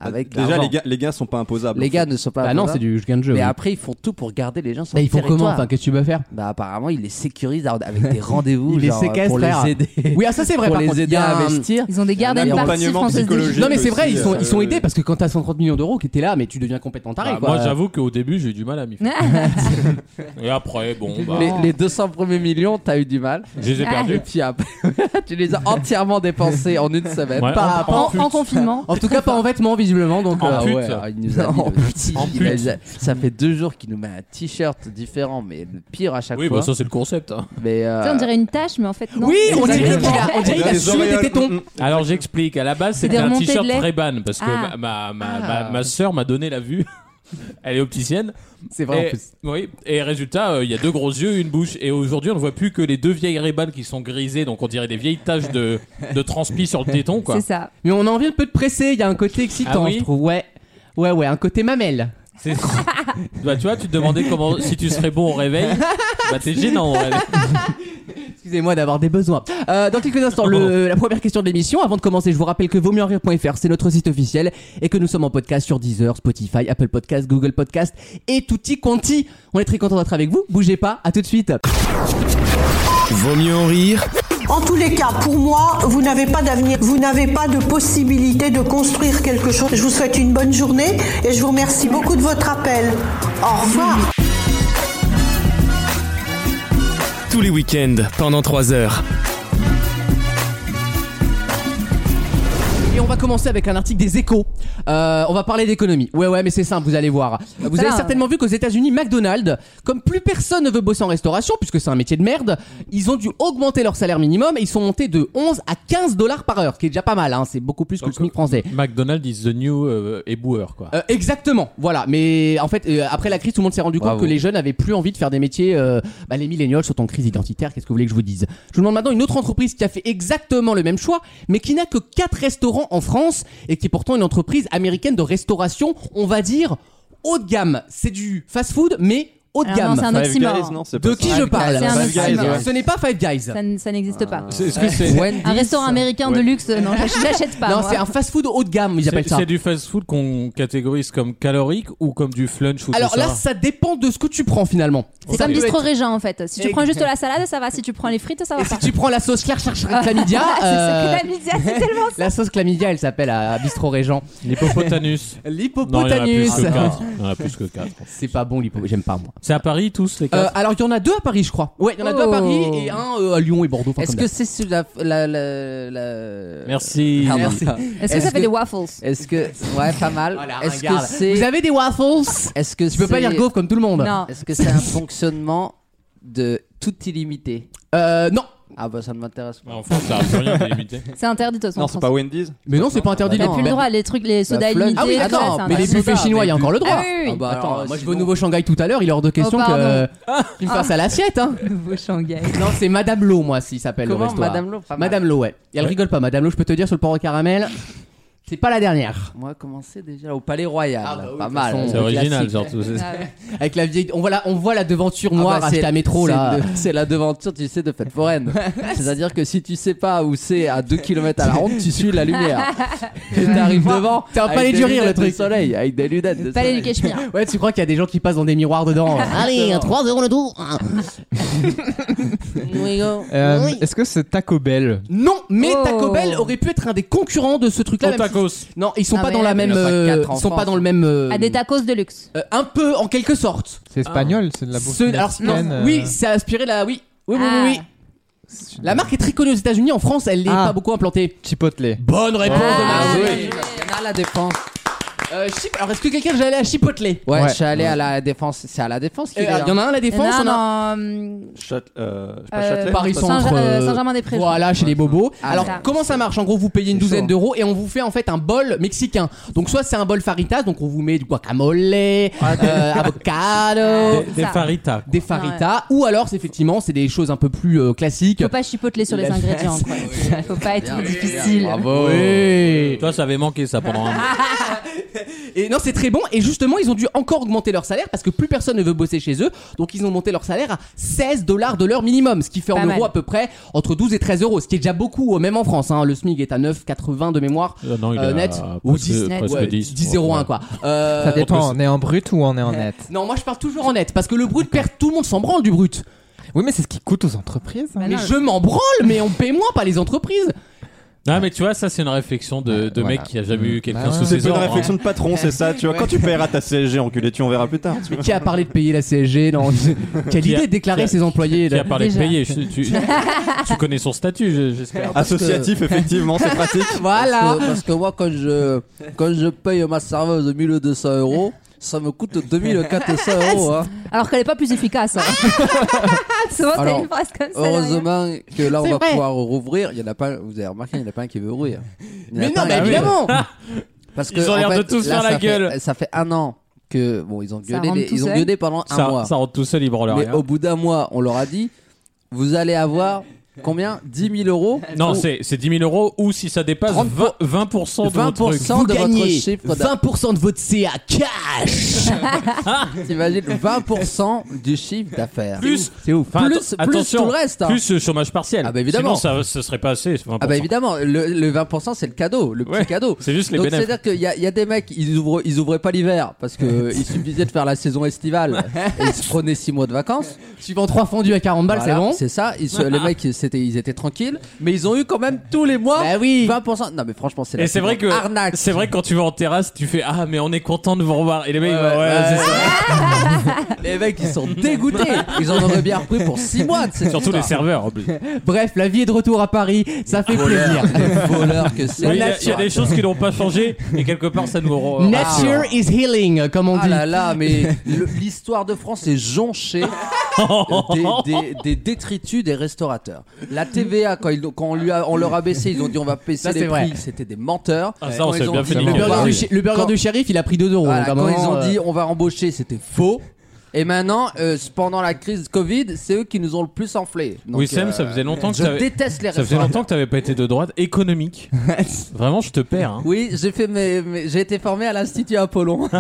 [SPEAKER 4] avec
[SPEAKER 6] Bah, Déjà,
[SPEAKER 4] l'argent.
[SPEAKER 6] les gains, les gains sont pas imposables.
[SPEAKER 4] Les
[SPEAKER 6] en fait.
[SPEAKER 4] gars ne sont pas.
[SPEAKER 1] Bah non,
[SPEAKER 4] là-bas.
[SPEAKER 1] c'est du je gagne le jeu.
[SPEAKER 4] Mais
[SPEAKER 1] oui.
[SPEAKER 4] après, ils font tout pour garder les gens sur
[SPEAKER 1] Bah,
[SPEAKER 4] le
[SPEAKER 1] ils font comment
[SPEAKER 4] territoire.
[SPEAKER 1] Enfin, qu'est-ce que tu veux faire
[SPEAKER 4] Bah apparemment, ils les sécurisent avec
[SPEAKER 1] [laughs]
[SPEAKER 4] des rendez-vous
[SPEAKER 1] Ils les
[SPEAKER 4] genre, euh, pour
[SPEAKER 1] séquestrent.
[SPEAKER 4] les aider,
[SPEAKER 1] Oui, ah, ça c'est vrai,
[SPEAKER 4] pour
[SPEAKER 1] par
[SPEAKER 4] les
[SPEAKER 1] contre. il
[SPEAKER 4] aider
[SPEAKER 1] y a
[SPEAKER 4] à
[SPEAKER 1] un-
[SPEAKER 4] investir.
[SPEAKER 3] Ils ont des gardes
[SPEAKER 4] Il y a un
[SPEAKER 3] parties
[SPEAKER 6] accompagnement
[SPEAKER 3] françaises. de jeu.
[SPEAKER 6] psychologique.
[SPEAKER 1] Non, [laughs] mais c'est vrai, ils
[SPEAKER 6] aussi,
[SPEAKER 1] sont,
[SPEAKER 6] euh,
[SPEAKER 1] ils sont
[SPEAKER 6] euh,
[SPEAKER 1] aidés parce que quand t'as 130 millions d'euros, qui t'es là, mais tu deviens complètement taré.
[SPEAKER 5] Bah,
[SPEAKER 1] quoi.
[SPEAKER 5] moi, j'avoue qu'au début, j'ai eu du mal à m'y faire. Et après, bon, bah,
[SPEAKER 4] Les, les 200 premiers millions, t'as eu du mal.
[SPEAKER 5] je les ai
[SPEAKER 4] Et
[SPEAKER 5] perdus.
[SPEAKER 4] puis après,
[SPEAKER 1] [laughs]
[SPEAKER 4] tu les as entièrement dépensés en une semaine.
[SPEAKER 5] Ouais,
[SPEAKER 1] Ah, pas-
[SPEAKER 5] en-
[SPEAKER 3] [laughs]
[SPEAKER 1] Euh,
[SPEAKER 5] en
[SPEAKER 3] En,
[SPEAKER 5] pute.
[SPEAKER 3] en confinement.
[SPEAKER 1] En tout cas, pas en vêtements, visiblement. Donc,
[SPEAKER 5] En
[SPEAKER 1] euh,
[SPEAKER 4] Ah
[SPEAKER 5] pute.
[SPEAKER 4] ouais, alors, il nous a mis
[SPEAKER 1] En
[SPEAKER 4] le-
[SPEAKER 5] En
[SPEAKER 4] il
[SPEAKER 5] pute.
[SPEAKER 4] a- ça fait deux jours qu'il nous met un t-shirt différent, mais le pire à chaque
[SPEAKER 5] Oui,
[SPEAKER 4] fois.
[SPEAKER 5] bah, ça, c'est le concept. hein.
[SPEAKER 4] mais euh,
[SPEAKER 3] Tu sais, on dirait une tâche, mais en fait, non.
[SPEAKER 1] Oui, on
[SPEAKER 3] C'est
[SPEAKER 1] dirait qu'il
[SPEAKER 3] exactement-
[SPEAKER 1] a, on dirait qu'il
[SPEAKER 6] Il a
[SPEAKER 1] a
[SPEAKER 6] des
[SPEAKER 1] sué des
[SPEAKER 6] auréoles.
[SPEAKER 1] tétons.
[SPEAKER 6] Mm,
[SPEAKER 5] Alors, j'explique. À la base,
[SPEAKER 3] C'est des
[SPEAKER 5] c'était un
[SPEAKER 3] remontées de
[SPEAKER 5] t-shirt
[SPEAKER 3] lait.
[SPEAKER 5] Ray-Ban parce que
[SPEAKER 3] Ah.
[SPEAKER 5] ma, ma, ma,
[SPEAKER 4] Ah.
[SPEAKER 5] ma- ma soeur m'a donné la vue. [laughs] Elle est opticienne.
[SPEAKER 1] C'est vrai en
[SPEAKER 5] et,
[SPEAKER 1] plus.
[SPEAKER 5] Oui, et résultat, euh, il y a deux gros yeux, une bouche. Et aujourd'hui, on ne voit plus que les deux vieilles Ray-Ban qui sont grisées, donc on dirait des vieilles taches de, de transpi sur le téton, quoi.
[SPEAKER 3] C'est ça.
[SPEAKER 1] Mais on a envie un peu de presser, il y a un côté excitant,
[SPEAKER 5] Ah oui
[SPEAKER 1] je trouve. Ouais. Ouais, ouais, un côté mamelle.
[SPEAKER 5] C'est bah, tu vois, tu te demandais comment, si tu serais bon au réveil. Bah, t'es gênant au réveil.
[SPEAKER 1] Excusez-moi d'avoir des besoins. Euh, dans quelques instants,
[SPEAKER 5] [laughs]
[SPEAKER 1] le- la première question de l'émission. Avant de commencer, je vous rappelle que vaumieuxenrire.fr, c'est notre site officiel et que nous sommes en podcast sur Deezer, Spotify, Apple Podcast, Google Podcast et tutti quanti. On est très content d'être avec vous. Bougez pas, à tout de suite.
[SPEAKER 7] Vaut mieux en rire
[SPEAKER 8] En tous les cas, pour moi, vous n'avez pas d'avenir, vous n'avez pas de possibilité de construire quelque chose. Je vous souhaite une bonne journée et je vous remercie beaucoup de votre appel. Au revoir.
[SPEAKER 7] tous les week-ends pendant 3 heures.
[SPEAKER 1] Et on va commencer avec un article des échos. Euh, on va parler d'économie. Ouais, ouais, mais c'est simple, vous allez voir. Euh, Vous
[SPEAKER 3] Ça
[SPEAKER 1] avez
[SPEAKER 3] va. hein.
[SPEAKER 1] certainement vu qu'aux États-Unis, McDonald's, comme plus personne ne veut bosser en restauration, puisque c'est un métier de merde, ils ont dû augmenter leur salaire minimum et ils sont montés de 11 à 15 dollars par heure, ce qui est déjà pas mal, hein, c'est beaucoup plus que le
[SPEAKER 5] Donc,
[SPEAKER 1] SMIC français.
[SPEAKER 5] McDonald's is the new euh, éboueur, quoi.
[SPEAKER 1] Euh, exactement, voilà. Mais en fait, euh, après la crise, tout le monde s'est rendu
[SPEAKER 4] Bravo.
[SPEAKER 1] compte que les jeunes avaient plus envie de faire des métiers. euh, bah, les millénials sont en crise identitaire. Qu'est-ce que vous voulez que je vous dise Je vous demande maintenant une autre entreprise qui a fait exactement le même choix, mais qui n'a que quatre restaurants en France et qui est pourtant une entreprise américaine de restauration, on va dire haut de gamme. C'est du fast-food, mais haut de
[SPEAKER 3] Alors non,
[SPEAKER 1] gamme.
[SPEAKER 3] c'est un
[SPEAKER 6] Five
[SPEAKER 3] oxymore.
[SPEAKER 6] Guys, non, c'est pas
[SPEAKER 1] de qui
[SPEAKER 6] ça.
[SPEAKER 1] je parle
[SPEAKER 3] C'est un
[SPEAKER 6] Five Guys,
[SPEAKER 3] oxymore.
[SPEAKER 6] ouais.
[SPEAKER 1] Ce n'est pas Five Guys.
[SPEAKER 3] Ça, n- ça n'existe pas.
[SPEAKER 5] C'est- Est-ce que c'est
[SPEAKER 3] Un restaurant américain de
[SPEAKER 5] Ouais.
[SPEAKER 3] luxe, euh,
[SPEAKER 1] [laughs]
[SPEAKER 3] non, je l'achète pas.
[SPEAKER 1] non,
[SPEAKER 3] moi.
[SPEAKER 1] c'est un fast-food haut de gamme, ils
[SPEAKER 5] c'est-
[SPEAKER 1] appellent ça.
[SPEAKER 5] c'est du fast-food qu'on catégorise comme calorique ou comme du flunch ou tout
[SPEAKER 1] Alors là,
[SPEAKER 5] ça
[SPEAKER 1] ça dépend de ce que tu prends finalement.
[SPEAKER 3] C'est
[SPEAKER 1] Ça
[SPEAKER 3] comme
[SPEAKER 1] peut
[SPEAKER 3] bistrot
[SPEAKER 1] être-
[SPEAKER 3] régent en fait. Si tu
[SPEAKER 1] Et-
[SPEAKER 3] prends juste la salade, ça va. Si tu prends les frites, ça va
[SPEAKER 1] Et
[SPEAKER 3] pas.
[SPEAKER 1] si tu prends la sauce Claire Cherche
[SPEAKER 4] [laughs]
[SPEAKER 1] Chlamydia,
[SPEAKER 4] Ah,
[SPEAKER 3] [laughs]
[SPEAKER 1] euh,
[SPEAKER 3] C'est Chlamydia, c'est
[SPEAKER 1] [laughs]
[SPEAKER 3] tellement ça.
[SPEAKER 1] la sauce Chlamydia, elle s'appelle à Bistro Régent.
[SPEAKER 5] L'hippopotanus. Non, il y en a plus
[SPEAKER 1] [laughs] L'hippopotamus. Ah,
[SPEAKER 5] que quatre. Il y en a plus que quatre.
[SPEAKER 1] C'est pas bon l'hippo, j'aime pas moi.
[SPEAKER 5] C'est à Paris tous les
[SPEAKER 1] Euh,
[SPEAKER 5] quatre
[SPEAKER 1] alors il y en a deux à Paris, je crois. Ouais, il y en a deux à
[SPEAKER 4] Oh.
[SPEAKER 1] Paris et un euh, à Lyon et Bordeaux. enfin,
[SPEAKER 4] Est-ce
[SPEAKER 1] comme
[SPEAKER 4] que c'est sur la, la, la,
[SPEAKER 1] Euh,
[SPEAKER 4] la-
[SPEAKER 5] Merci.
[SPEAKER 4] Pardon.
[SPEAKER 3] Est-ce que ça fait des waffles
[SPEAKER 4] Est-ce que ouais, pas mal.
[SPEAKER 1] Voilà,
[SPEAKER 4] Est-ce que
[SPEAKER 1] regarde.
[SPEAKER 4] c'est
[SPEAKER 1] Vous avez des waffles
[SPEAKER 4] Est-ce que
[SPEAKER 1] Tu peux pas
[SPEAKER 4] c'est-
[SPEAKER 1] dire gaufre comme tout le monde.
[SPEAKER 3] Non.
[SPEAKER 4] Est-ce que c'est un fonctionnement de tout illimité
[SPEAKER 1] Euh, non.
[SPEAKER 4] Ah bah ça ne m'intéresse pas.
[SPEAKER 5] En France, ça a plus rien délimité.
[SPEAKER 3] C'est interdit de toute façon.
[SPEAKER 6] Non,
[SPEAKER 3] en
[SPEAKER 6] c'est
[SPEAKER 3] France.
[SPEAKER 6] pas Wendy's.
[SPEAKER 1] Mais non, c'est pas interdit.
[SPEAKER 4] bah
[SPEAKER 3] T'as
[SPEAKER 4] non.
[SPEAKER 3] plus le droit, les trucs, les sodas
[SPEAKER 4] flunch.
[SPEAKER 3] illimités.
[SPEAKER 1] Ah oui,
[SPEAKER 3] tout ça,
[SPEAKER 1] d'accord.
[SPEAKER 3] c'est
[SPEAKER 1] Mais les
[SPEAKER 3] interdit.
[SPEAKER 1] buffets chinois, il y a encore le droit.
[SPEAKER 3] Ah oui, oui,
[SPEAKER 4] Ah
[SPEAKER 3] oui.
[SPEAKER 4] bah
[SPEAKER 1] Attends,
[SPEAKER 4] alors,
[SPEAKER 1] moi je Oh, vais au
[SPEAKER 4] sinon-
[SPEAKER 1] nouveau Shanghai tout à l'heure, il est hors de question
[SPEAKER 3] pardon.
[SPEAKER 1] que qu'il me fasse à l'assiette. [laughs] Hein.
[SPEAKER 3] Nouveau Shanghai.
[SPEAKER 1] Non, c'est Madame Lowe, moi, s'il s'appelle le
[SPEAKER 4] Comment
[SPEAKER 1] restaurant.
[SPEAKER 4] Madame Lowe Pas mal.
[SPEAKER 1] Madame Lowe, ouais. Et elle
[SPEAKER 5] Ouais.
[SPEAKER 1] rigole pas, Madame Lowe, je peux te dire sur le porc au caramel, c'est pas la dernière.
[SPEAKER 4] Moi commencé déjà au Palais Royal,
[SPEAKER 1] Ah bah oui,
[SPEAKER 4] pas
[SPEAKER 1] de
[SPEAKER 4] mal.
[SPEAKER 1] toute façon,
[SPEAKER 5] C'est
[SPEAKER 1] Le
[SPEAKER 5] original,
[SPEAKER 1] classique.
[SPEAKER 5] surtout. C'est-
[SPEAKER 3] Ah ouais.
[SPEAKER 1] Avec la vieille. On voit la, on voit la devanture
[SPEAKER 4] Ah bah,
[SPEAKER 1] noire
[SPEAKER 4] c'est-
[SPEAKER 1] achetée à métro,
[SPEAKER 4] c'est
[SPEAKER 1] là.
[SPEAKER 4] de- [laughs] C'est la devanture, tu sais, de fête foraine. C'est-à-dire que si tu sais pas où c'est à 2 km à la ronde, tu suis la
[SPEAKER 1] [laughs]
[SPEAKER 4] lumière. Et t'arrives devant.
[SPEAKER 1] T'es un
[SPEAKER 4] avec
[SPEAKER 1] palais
[SPEAKER 4] des
[SPEAKER 1] du rire, le
[SPEAKER 4] lunettes de
[SPEAKER 1] truc.
[SPEAKER 4] soleil, avec des lunettes de
[SPEAKER 3] [laughs] Palais du
[SPEAKER 4] soleil.
[SPEAKER 3] Cachemire.
[SPEAKER 1] Ouais, tu crois qu'il y a des gens qui passent dans des miroirs dedans. hein là. [laughs] Allez, 3 euros le tour.
[SPEAKER 2] Euh,
[SPEAKER 1] Oui.
[SPEAKER 2] Est-ce que c'est Taco Bell
[SPEAKER 1] [laughs] Non, mais
[SPEAKER 3] Oh.
[SPEAKER 1] Taco Bell aurait pu être un des concurrents de ce truc-là.
[SPEAKER 2] Oh,
[SPEAKER 5] Au
[SPEAKER 1] même
[SPEAKER 5] tacos.
[SPEAKER 1] si- Non, ils sont
[SPEAKER 4] Ah
[SPEAKER 1] pas dans
[SPEAKER 4] ouais.
[SPEAKER 1] la
[SPEAKER 4] Il y en
[SPEAKER 1] même.
[SPEAKER 4] a pas
[SPEAKER 1] euh,
[SPEAKER 4] quatre en
[SPEAKER 1] Ils sont pas
[SPEAKER 4] France.
[SPEAKER 1] dans le même. euh,
[SPEAKER 3] À des tacos de luxe.
[SPEAKER 1] euh, un peu, en quelque sorte.
[SPEAKER 2] C'est espagnol, c'est de la bouffe
[SPEAKER 1] Ah. Ce- alors, non,
[SPEAKER 2] mexicaine, euh,
[SPEAKER 1] oui, ça a inspiré la. Oui, oui, oui, oui, oui.
[SPEAKER 4] Ah.
[SPEAKER 2] sud-
[SPEAKER 1] La marque est très connue aux États-Unis. En France, elle n'est
[SPEAKER 2] Ah.
[SPEAKER 1] pas beaucoup implantée.
[SPEAKER 2] Chipotle.
[SPEAKER 1] Bonne réponse.
[SPEAKER 3] Ah,
[SPEAKER 1] de Marie.
[SPEAKER 4] Il
[SPEAKER 3] oui.
[SPEAKER 4] y en a à la défense.
[SPEAKER 1] Euh, Chip- Alors, est-ce que quelqu'un déjà allé à Chipotle
[SPEAKER 4] Ouais, ah,
[SPEAKER 2] Ouais.
[SPEAKER 4] je suis allé à la défense. C'est à la défense qu'il
[SPEAKER 1] Euh,
[SPEAKER 4] est. hein.
[SPEAKER 1] Il y en a un à la défense,
[SPEAKER 3] non,
[SPEAKER 1] on a un-
[SPEAKER 3] non.
[SPEAKER 6] Châte- euh, pas
[SPEAKER 3] Euh,
[SPEAKER 6] Châtelet,
[SPEAKER 1] Paris
[SPEAKER 6] je sais
[SPEAKER 3] Saint-
[SPEAKER 6] pas.
[SPEAKER 1] Centre.
[SPEAKER 3] euh,
[SPEAKER 1] euh,
[SPEAKER 3] Saint-Germain-des-Prés, je
[SPEAKER 1] Voilà, chez les bobos.
[SPEAKER 4] Ah,
[SPEAKER 1] Alors,
[SPEAKER 3] ça.
[SPEAKER 1] comment ça marche En gros, vous payez une
[SPEAKER 4] C'est
[SPEAKER 1] douzaine
[SPEAKER 4] chaud.
[SPEAKER 1] d'euros et on vous fait en fait un bol mexicain. Donc, soit c'est un bol faritas, donc on vous met du guacamole,
[SPEAKER 2] Ah,
[SPEAKER 1] euh, avocado,
[SPEAKER 5] Des
[SPEAKER 3] Ça.
[SPEAKER 5] faritas.
[SPEAKER 1] des faritas, ou alors, c'est effectivement, c'est des choses un peu plus euh, classiques.
[SPEAKER 3] Faut pas chipoteler sur les
[SPEAKER 1] La-
[SPEAKER 3] ingrédients, quoi. Faut pas être difficile.
[SPEAKER 4] Bravo.
[SPEAKER 1] Oui.
[SPEAKER 5] Toi, ça avait manqué ça pendant
[SPEAKER 4] [laughs]
[SPEAKER 5] un mois.
[SPEAKER 1] Et non, c'est très bon. Et justement, ils ont dû encore augmenter leur salaire parce que plus personne ne veut bosser chez eux. Donc, ils ont monté leur salaire à 16 dollars de l'heure minimum, ce qui fait
[SPEAKER 3] Pas
[SPEAKER 1] en
[SPEAKER 3] mal.
[SPEAKER 1] euros à peu près entre 12 et 13 euros, ce qui est déjà beaucoup, même en France. hein. Le SMIG est à 9,80 de mémoire.
[SPEAKER 5] Euh, non, il
[SPEAKER 1] Euh,
[SPEAKER 5] est
[SPEAKER 1] net
[SPEAKER 5] à
[SPEAKER 1] ou
[SPEAKER 5] presque-
[SPEAKER 1] 10
[SPEAKER 5] presque
[SPEAKER 1] ouais,
[SPEAKER 5] 10.
[SPEAKER 1] 10,01, quoi. Euh,
[SPEAKER 2] Ça dépend, on est en brut ou on est en net
[SPEAKER 1] Non, moi je parle toujours en net parce que le brut perd tout le monde s'en branle du brut.
[SPEAKER 2] Oui, mais c'est ce qui coûte aux entreprises. hein.
[SPEAKER 3] Bah
[SPEAKER 1] mais
[SPEAKER 3] non,
[SPEAKER 1] je m'en branle, mais on paie moins pas les
[SPEAKER 5] [laughs]
[SPEAKER 1] entreprises.
[SPEAKER 5] Non, mais tu vois, ça, c'est une réflexion de, de
[SPEAKER 2] Voilà.
[SPEAKER 5] mec qui a jamais eu quelqu'un
[SPEAKER 2] Bah,
[SPEAKER 5] sous
[SPEAKER 6] C'est
[SPEAKER 5] ses
[SPEAKER 6] hein. pas une
[SPEAKER 5] ordres. hein,
[SPEAKER 6] réflexion de patron, c'est ça. Tu vois, quand tu paieras ta CSG, enculé, tu en verras plus tard. tu vois.
[SPEAKER 1] Qui a parlé de payer la CSG non.
[SPEAKER 5] [laughs]
[SPEAKER 1] Quelle
[SPEAKER 5] Qui a-
[SPEAKER 1] idée de déclarer
[SPEAKER 5] qui a-
[SPEAKER 1] ses employés
[SPEAKER 5] Qui
[SPEAKER 1] là.
[SPEAKER 5] a parlé de
[SPEAKER 3] Déjà.
[SPEAKER 5] payer. je- Tu,
[SPEAKER 4] [laughs]
[SPEAKER 5] tu connais son statut, je- j'espère.
[SPEAKER 6] Associatif, effectivement, c'est [laughs] pratique.
[SPEAKER 5] [laughs]
[SPEAKER 4] Parce que, parce que moi, quand je, quand je paye ma serveuse 1200 euros, ça me coûte 2400
[SPEAKER 1] [laughs]
[SPEAKER 4] euros. hein.
[SPEAKER 3] Alors qu'elle est pas plus efficace. hein. Souvent, c'est
[SPEAKER 4] Alors,
[SPEAKER 3] une phrase comme ça.
[SPEAKER 4] Heureusement que là, on
[SPEAKER 1] C'est
[SPEAKER 4] va
[SPEAKER 1] vrai.
[SPEAKER 4] pouvoir rouvrir. Il y en a pas, vous avez remarqué, il n'y en a pas un qui veut rouvrir. Il y en a
[SPEAKER 1] Mais
[SPEAKER 4] pas
[SPEAKER 1] non,
[SPEAKER 4] un
[SPEAKER 1] mais
[SPEAKER 4] qui veut.
[SPEAKER 1] évidemment.
[SPEAKER 4] [laughs] Parce
[SPEAKER 5] Ils ont
[SPEAKER 4] en
[SPEAKER 5] l'air de
[SPEAKER 4] fait,
[SPEAKER 5] tous
[SPEAKER 4] là,
[SPEAKER 5] faire la
[SPEAKER 4] ça fait-
[SPEAKER 5] gueule.
[SPEAKER 4] ça fait un an que, bon, ils ont
[SPEAKER 3] Ça
[SPEAKER 4] gueulé,
[SPEAKER 3] rentre
[SPEAKER 4] les-
[SPEAKER 3] tout
[SPEAKER 4] ils ont
[SPEAKER 3] seul.
[SPEAKER 4] gueulé pendant un
[SPEAKER 5] Ça,
[SPEAKER 4] mois.
[SPEAKER 5] ça rentre tout seul, il branle
[SPEAKER 4] Mais
[SPEAKER 5] rien.
[SPEAKER 4] au bout d'un mois, on leur a dit, vous allez avoir combien 10 000 euros
[SPEAKER 5] Non,
[SPEAKER 4] ou
[SPEAKER 5] c'est c'est 10 000 euros ou si ça dépasse
[SPEAKER 4] 30
[SPEAKER 5] 20%, 20 de votre truc.
[SPEAKER 4] 20%
[SPEAKER 1] Vous
[SPEAKER 4] de votre
[SPEAKER 1] gagnez
[SPEAKER 4] chiffre d'affaires.
[SPEAKER 1] 20% de votre CA cash.
[SPEAKER 4] T'imagines 20% du chiffre d'affaires.
[SPEAKER 5] Plus,
[SPEAKER 4] c'est ouf.
[SPEAKER 5] enfin,
[SPEAKER 4] plus,
[SPEAKER 5] atten-
[SPEAKER 4] plus
[SPEAKER 5] attention,
[SPEAKER 4] tout le reste. hein.
[SPEAKER 5] Plus euh, chômage partiel.
[SPEAKER 4] Ah bah évidemment.
[SPEAKER 5] Sinon, ça, ce serait pas assez. 20%.
[SPEAKER 4] Ah bah évidemment, le, le 20% c'est le cadeau, le petit
[SPEAKER 5] Ouais.
[SPEAKER 4] cadeau.
[SPEAKER 5] C'est juste les
[SPEAKER 4] Donc
[SPEAKER 5] bénéfices.
[SPEAKER 4] c'est-à-dire qu'il y, a- il y a des mecs, ils ouvrent, ils ouvraient pas l'hiver parce que il suffisait de faire la saison estivale. et ils se prenaient 6 mois de vacances.
[SPEAKER 1] Tu vends 3 fondus à 40 balles,
[SPEAKER 4] Voilà,
[SPEAKER 1] c'est bon
[SPEAKER 4] C'est ça. Ils se- les mecs, c'était, ils étaient tranquilles, mais ils ont eu quand même tous les mois
[SPEAKER 1] Bah oui.
[SPEAKER 4] 20%. Non mais franchement, c'est la
[SPEAKER 5] Et c'est vrai
[SPEAKER 4] plus
[SPEAKER 5] que
[SPEAKER 4] grande arnaque.
[SPEAKER 5] c'est vrai que quand tu vas en terrasse, tu fais ah mais on est content de vous revoir et les mecs ils vont, ouais, c'est ça.
[SPEAKER 4] [laughs] Les mecs, ils sont
[SPEAKER 5] [laughs]
[SPEAKER 4] dégoûtés. Ils en auraient bien repris pour 6 mois. tu sais,
[SPEAKER 5] surtout les
[SPEAKER 4] putain.
[SPEAKER 5] serveurs. en plus.
[SPEAKER 1] Bref, la vie est de retour à Paris, ça
[SPEAKER 5] [laughs]
[SPEAKER 1] fait plaisir.
[SPEAKER 4] Les voleurs que c'est.
[SPEAKER 5] Oui, Il y, a- il y a des choses qui n'ont pas changé et quelque part ça nous rend.
[SPEAKER 1] Nature is healing, comme on
[SPEAKER 4] Ah
[SPEAKER 1] dit.
[SPEAKER 4] là là, mais
[SPEAKER 1] [laughs]
[SPEAKER 4] le- l'histoire de France est jonchée des, des- des détritus des restaurateurs. La TVA, quand, ils, quand on, lui a- on leur a baissé, ils ont dit on va baisser
[SPEAKER 1] Ça,
[SPEAKER 4] les
[SPEAKER 1] c'est vrai.
[SPEAKER 4] prix, c'était des menteurs.
[SPEAKER 5] Ah, ça,
[SPEAKER 4] Quand
[SPEAKER 5] on
[SPEAKER 4] ils
[SPEAKER 5] s'est
[SPEAKER 4] ont
[SPEAKER 5] bien
[SPEAKER 4] dit-
[SPEAKER 5] fait
[SPEAKER 4] on
[SPEAKER 1] Le
[SPEAKER 5] niquer.
[SPEAKER 4] va-
[SPEAKER 1] burger, du, shi- le burger
[SPEAKER 4] Quand-
[SPEAKER 1] du shérif, il a pris 2 euros. hein,
[SPEAKER 4] voilà,
[SPEAKER 1] donc à un
[SPEAKER 4] quand ils
[SPEAKER 1] moment,
[SPEAKER 4] ont
[SPEAKER 1] euh,
[SPEAKER 4] dit on va embaucher, c'était faux. Et maintenant, euh, pendant la crise Covid, c'est eux qui nous ont le plus enflé. Donc,
[SPEAKER 5] Oui, Sam,
[SPEAKER 4] euh,
[SPEAKER 5] ça faisait longtemps que
[SPEAKER 4] Je
[SPEAKER 5] t'avais-
[SPEAKER 4] déteste les
[SPEAKER 5] Ça faisait
[SPEAKER 4] restaurateurs.
[SPEAKER 5] longtemps que t'avais pas été de droite économique. Vraiment, je te perds. hein.
[SPEAKER 4] Oui, j'ai fait mes, mes- j'ai été formé à l'Institut Apollon.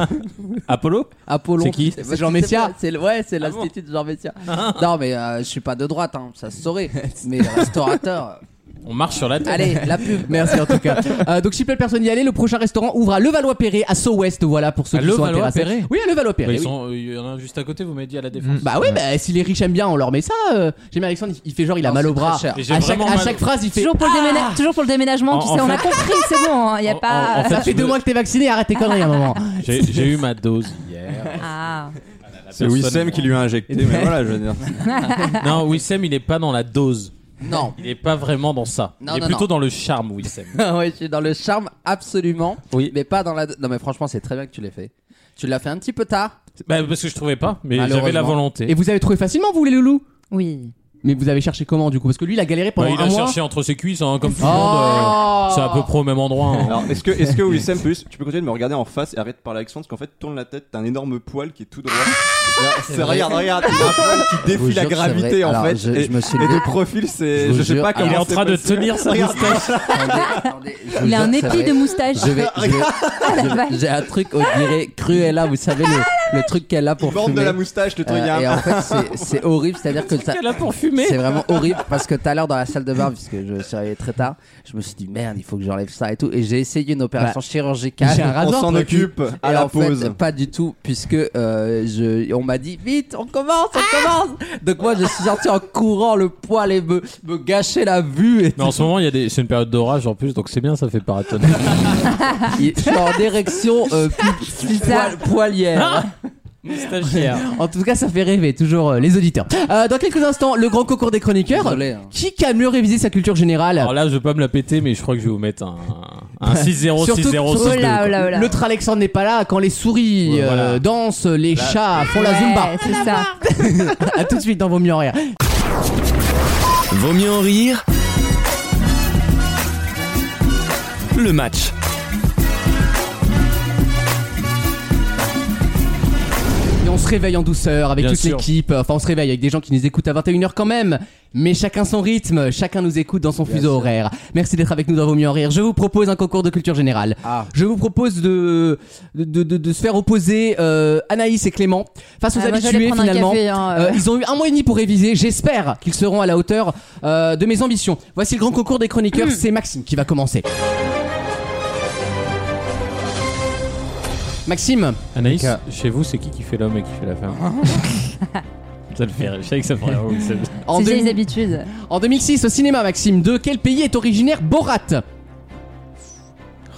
[SPEAKER 5] Apollo
[SPEAKER 4] Apollon.
[SPEAKER 5] C'est qui
[SPEAKER 4] parce que
[SPEAKER 1] Jean Messia Ah
[SPEAKER 4] C'est le- ouais, c'est l'Institut de Jean Messia. non, mais euh, je suis pas de droite, hein, ça se
[SPEAKER 1] [laughs]
[SPEAKER 4] saurait. Mais les restaurateurs.
[SPEAKER 5] On marche sur la tête.
[SPEAKER 4] Allez, la pub.
[SPEAKER 1] Merci en
[SPEAKER 5] [laughs]
[SPEAKER 1] tout cas. Euh, donc si plein de personnes y aller, le prochain restaurant ouvre à Levallois-Perret, à Sceaux West, voilà pour ceux
[SPEAKER 5] À
[SPEAKER 1] qui sont intéressés.
[SPEAKER 5] Levallois-Perret
[SPEAKER 1] Oui, à
[SPEAKER 5] Bah,
[SPEAKER 1] Levallois-Perret.
[SPEAKER 5] ils
[SPEAKER 1] oui.
[SPEAKER 5] sont- Il y en a un juste à côté, vous m'avez dit à la défense.
[SPEAKER 1] Bah oui, bah, si les riches aiment bien, on leur met ça. euh. J'ai mis Alexandre, il- il fait genre il a
[SPEAKER 4] Non,
[SPEAKER 1] mal
[SPEAKER 4] c'est
[SPEAKER 1] au bras.
[SPEAKER 4] très cher.
[SPEAKER 1] À
[SPEAKER 5] Et j'ai
[SPEAKER 1] chaque,
[SPEAKER 5] vraiment
[SPEAKER 1] à
[SPEAKER 5] mal-
[SPEAKER 1] chaque phrase, il fait. Ah.
[SPEAKER 3] Toujours pour, le déména- toujours pour le déménagement, tu
[SPEAKER 5] En-
[SPEAKER 3] sais,
[SPEAKER 5] en
[SPEAKER 3] on a compris, c'est bon, il n'y a
[SPEAKER 5] En-
[SPEAKER 3] pas.
[SPEAKER 5] en- en
[SPEAKER 1] Ça fait deux mois que t'es vacciné, arrête tes conneries à un moment.
[SPEAKER 5] J'ai j'ai eu ma dose hier.
[SPEAKER 3] Ah.
[SPEAKER 5] La
[SPEAKER 6] C'est
[SPEAKER 5] personne-
[SPEAKER 6] Wissem qui lui a injecté, mais voilà, je veux [laughs] dire.
[SPEAKER 5] Non, Wissem, il est pas dans la dose.
[SPEAKER 1] [laughs]
[SPEAKER 4] Non.
[SPEAKER 5] Il est pas vraiment dans ça.
[SPEAKER 4] Non,
[SPEAKER 5] il est
[SPEAKER 4] non,
[SPEAKER 5] plutôt
[SPEAKER 4] non.
[SPEAKER 5] dans le charme, Wissem.
[SPEAKER 4] ouais, je suis dans le charme absolument.
[SPEAKER 5] Oui.
[SPEAKER 4] Mais pas dans la. Non, mais franchement, c'est très bien que tu l'aies fait. Tu l'as fait un petit peu tard.
[SPEAKER 5] Bah, parce que je trouvais pas, mais j'avais la
[SPEAKER 4] Malheureusement.
[SPEAKER 5] volonté.
[SPEAKER 1] Et vous avez trouvé facilement, vous les loulous
[SPEAKER 3] Oui.
[SPEAKER 1] Mais vous avez cherché comment du coup Parce que lui, il a galéré
[SPEAKER 5] Bah,
[SPEAKER 1] pendant
[SPEAKER 5] il
[SPEAKER 1] un
[SPEAKER 5] a
[SPEAKER 1] mois.
[SPEAKER 5] cherché entre ses cuisses, hein, comme tout le monde.
[SPEAKER 1] Oh
[SPEAKER 5] euh, C'est à peu près au même endroit. hein.
[SPEAKER 6] Alors, est-ce que, est-ce que Wissem, peut- tu peux continuer de me regarder en face et arrête de parler à Alexandre, parce qu'en fait, tourne la tête, t'as un énorme poil qui est tout droit. Là, Ah, c'est-
[SPEAKER 4] vrai.
[SPEAKER 6] regarde, regarde, il a un poil qui
[SPEAKER 4] vous
[SPEAKER 6] défie la
[SPEAKER 4] jure, c'est
[SPEAKER 6] gravité
[SPEAKER 4] vrai.
[SPEAKER 6] en
[SPEAKER 4] Alors,
[SPEAKER 6] fait.
[SPEAKER 4] je-
[SPEAKER 6] et,
[SPEAKER 4] je me suis
[SPEAKER 6] et
[SPEAKER 4] levé.
[SPEAKER 6] de profil, c'est.
[SPEAKER 4] Je vous
[SPEAKER 6] Je sais
[SPEAKER 4] jure,
[SPEAKER 6] pas
[SPEAKER 4] alors-
[SPEAKER 6] comment.
[SPEAKER 5] il est en
[SPEAKER 6] Ah, c'est
[SPEAKER 5] train de
[SPEAKER 6] possible.
[SPEAKER 5] tenir sa
[SPEAKER 6] Regarde.
[SPEAKER 5] moustache.
[SPEAKER 1] [laughs]
[SPEAKER 4] Attendez, attendez, je vous
[SPEAKER 3] Il
[SPEAKER 4] jure
[SPEAKER 3] a un
[SPEAKER 4] que ça va
[SPEAKER 3] épi de
[SPEAKER 4] être-
[SPEAKER 3] moustache.
[SPEAKER 4] Je vais, je vais-
[SPEAKER 3] [laughs] Ah, la vache. Ah,
[SPEAKER 4] je- j'ai un truc, on dirait Cruella, vous savez, le, le truc qu'elle a
[SPEAKER 6] Il
[SPEAKER 4] pour
[SPEAKER 6] borde de
[SPEAKER 4] fumer.
[SPEAKER 6] la moustache, le truc. il y a
[SPEAKER 4] Euh,
[SPEAKER 6] un-
[SPEAKER 4] et en fait, c'est- c'est horrible, c'est-à-dire que ça,
[SPEAKER 5] Elle a pour fumer.
[SPEAKER 4] c'est
[SPEAKER 1] [laughs]
[SPEAKER 4] vraiment horrible parce que tout à l'heure dans la salle de bain, puisque je suis arrivé très tard, je me suis dit merde, il faut que j'enlève ça et tout. Et j'ai essayé une opération chirurgicale.
[SPEAKER 1] Bah, j'ai un
[SPEAKER 6] On
[SPEAKER 1] rasoir,
[SPEAKER 6] s'en
[SPEAKER 1] toi, tu-
[SPEAKER 6] occupe à
[SPEAKER 4] Et
[SPEAKER 6] la
[SPEAKER 4] en fait,
[SPEAKER 6] pause.
[SPEAKER 4] pas du tout, puisque euh, je, on m'a dit vite, on commence, on
[SPEAKER 1] Ah
[SPEAKER 4] commence. Donc moi, je suis sorti en courant, le poil et me, me gâcher la vue. Et
[SPEAKER 5] Mais en ce moment, il y a des... c'est une période d'orage en plus, donc c'est bien, ça fait [laughs] paratonner.
[SPEAKER 4] il- je suis en érection
[SPEAKER 1] [laughs]
[SPEAKER 4] euh, pi- pi- poil- poilière.
[SPEAKER 5] Moustachière.
[SPEAKER 1] En tout cas, ça fait rêver toujours euh, les auditeurs. Euh, dans quelques instants, le grand concours des chroniqueurs.
[SPEAKER 4] Désolé, hein.
[SPEAKER 1] Qui a mieux révisé sa culture générale
[SPEAKER 5] Alors là, je vais pas me la péter, mais je crois que je vais vous mettre un, un 6-0,
[SPEAKER 1] Surtout-
[SPEAKER 5] 6-0,
[SPEAKER 1] surtout-
[SPEAKER 3] Oh
[SPEAKER 5] 6-2.
[SPEAKER 3] là, oh
[SPEAKER 5] quoi.
[SPEAKER 3] là, oh là.
[SPEAKER 1] L'autre Alexandre n'est pas là quand les souris
[SPEAKER 5] Ouais,
[SPEAKER 1] euh,
[SPEAKER 5] voilà.
[SPEAKER 1] dansent, les chats font la
[SPEAKER 5] [laughs]
[SPEAKER 3] Ouais,
[SPEAKER 1] zumba.
[SPEAKER 3] c'est ça.
[SPEAKER 1] A tout de suite dans Vos mieux en rire.
[SPEAKER 7] Vaut mieux en rire. Le match.
[SPEAKER 1] Et on se réveille en douceur avec
[SPEAKER 5] Bien
[SPEAKER 1] toute
[SPEAKER 5] sûr.
[SPEAKER 1] l'équipe. Enfin, on se réveille avec des gens qui nous écoutent à 21h quand même. Mais chacun son rythme, chacun nous écoute dans son fuseau horaire. Merci d'être avec nous dans Vos mieux en rire. Je vous propose un concours de culture générale.
[SPEAKER 4] Ah.
[SPEAKER 1] Je vous propose de, de, de, de- de se faire opposer euh, Anaïs et Clément face aux
[SPEAKER 3] Ah, moi, j'allais
[SPEAKER 1] habitués
[SPEAKER 3] prendre un
[SPEAKER 1] finalement.
[SPEAKER 3] café, hein,
[SPEAKER 1] Euh,
[SPEAKER 3] euh.
[SPEAKER 1] ils ont eu un mois et demi pour réviser. J'espère qu'ils seront à la hauteur euh, de mes ambitions. Voici le grand concours des chroniqueurs. C'est Maxime qui va commencer. Maxime,
[SPEAKER 5] Anaïs, chez vous, c'est qui qui fait l'homme et qui fait la femme Ça le fait rire. Je savais que ça ferait rire, oui, c'est-
[SPEAKER 1] en,
[SPEAKER 3] C'est
[SPEAKER 1] deux-
[SPEAKER 3] vieilles habitudes.
[SPEAKER 1] en 2006 au cinéma, Maxime, de quel pays est originaire Borat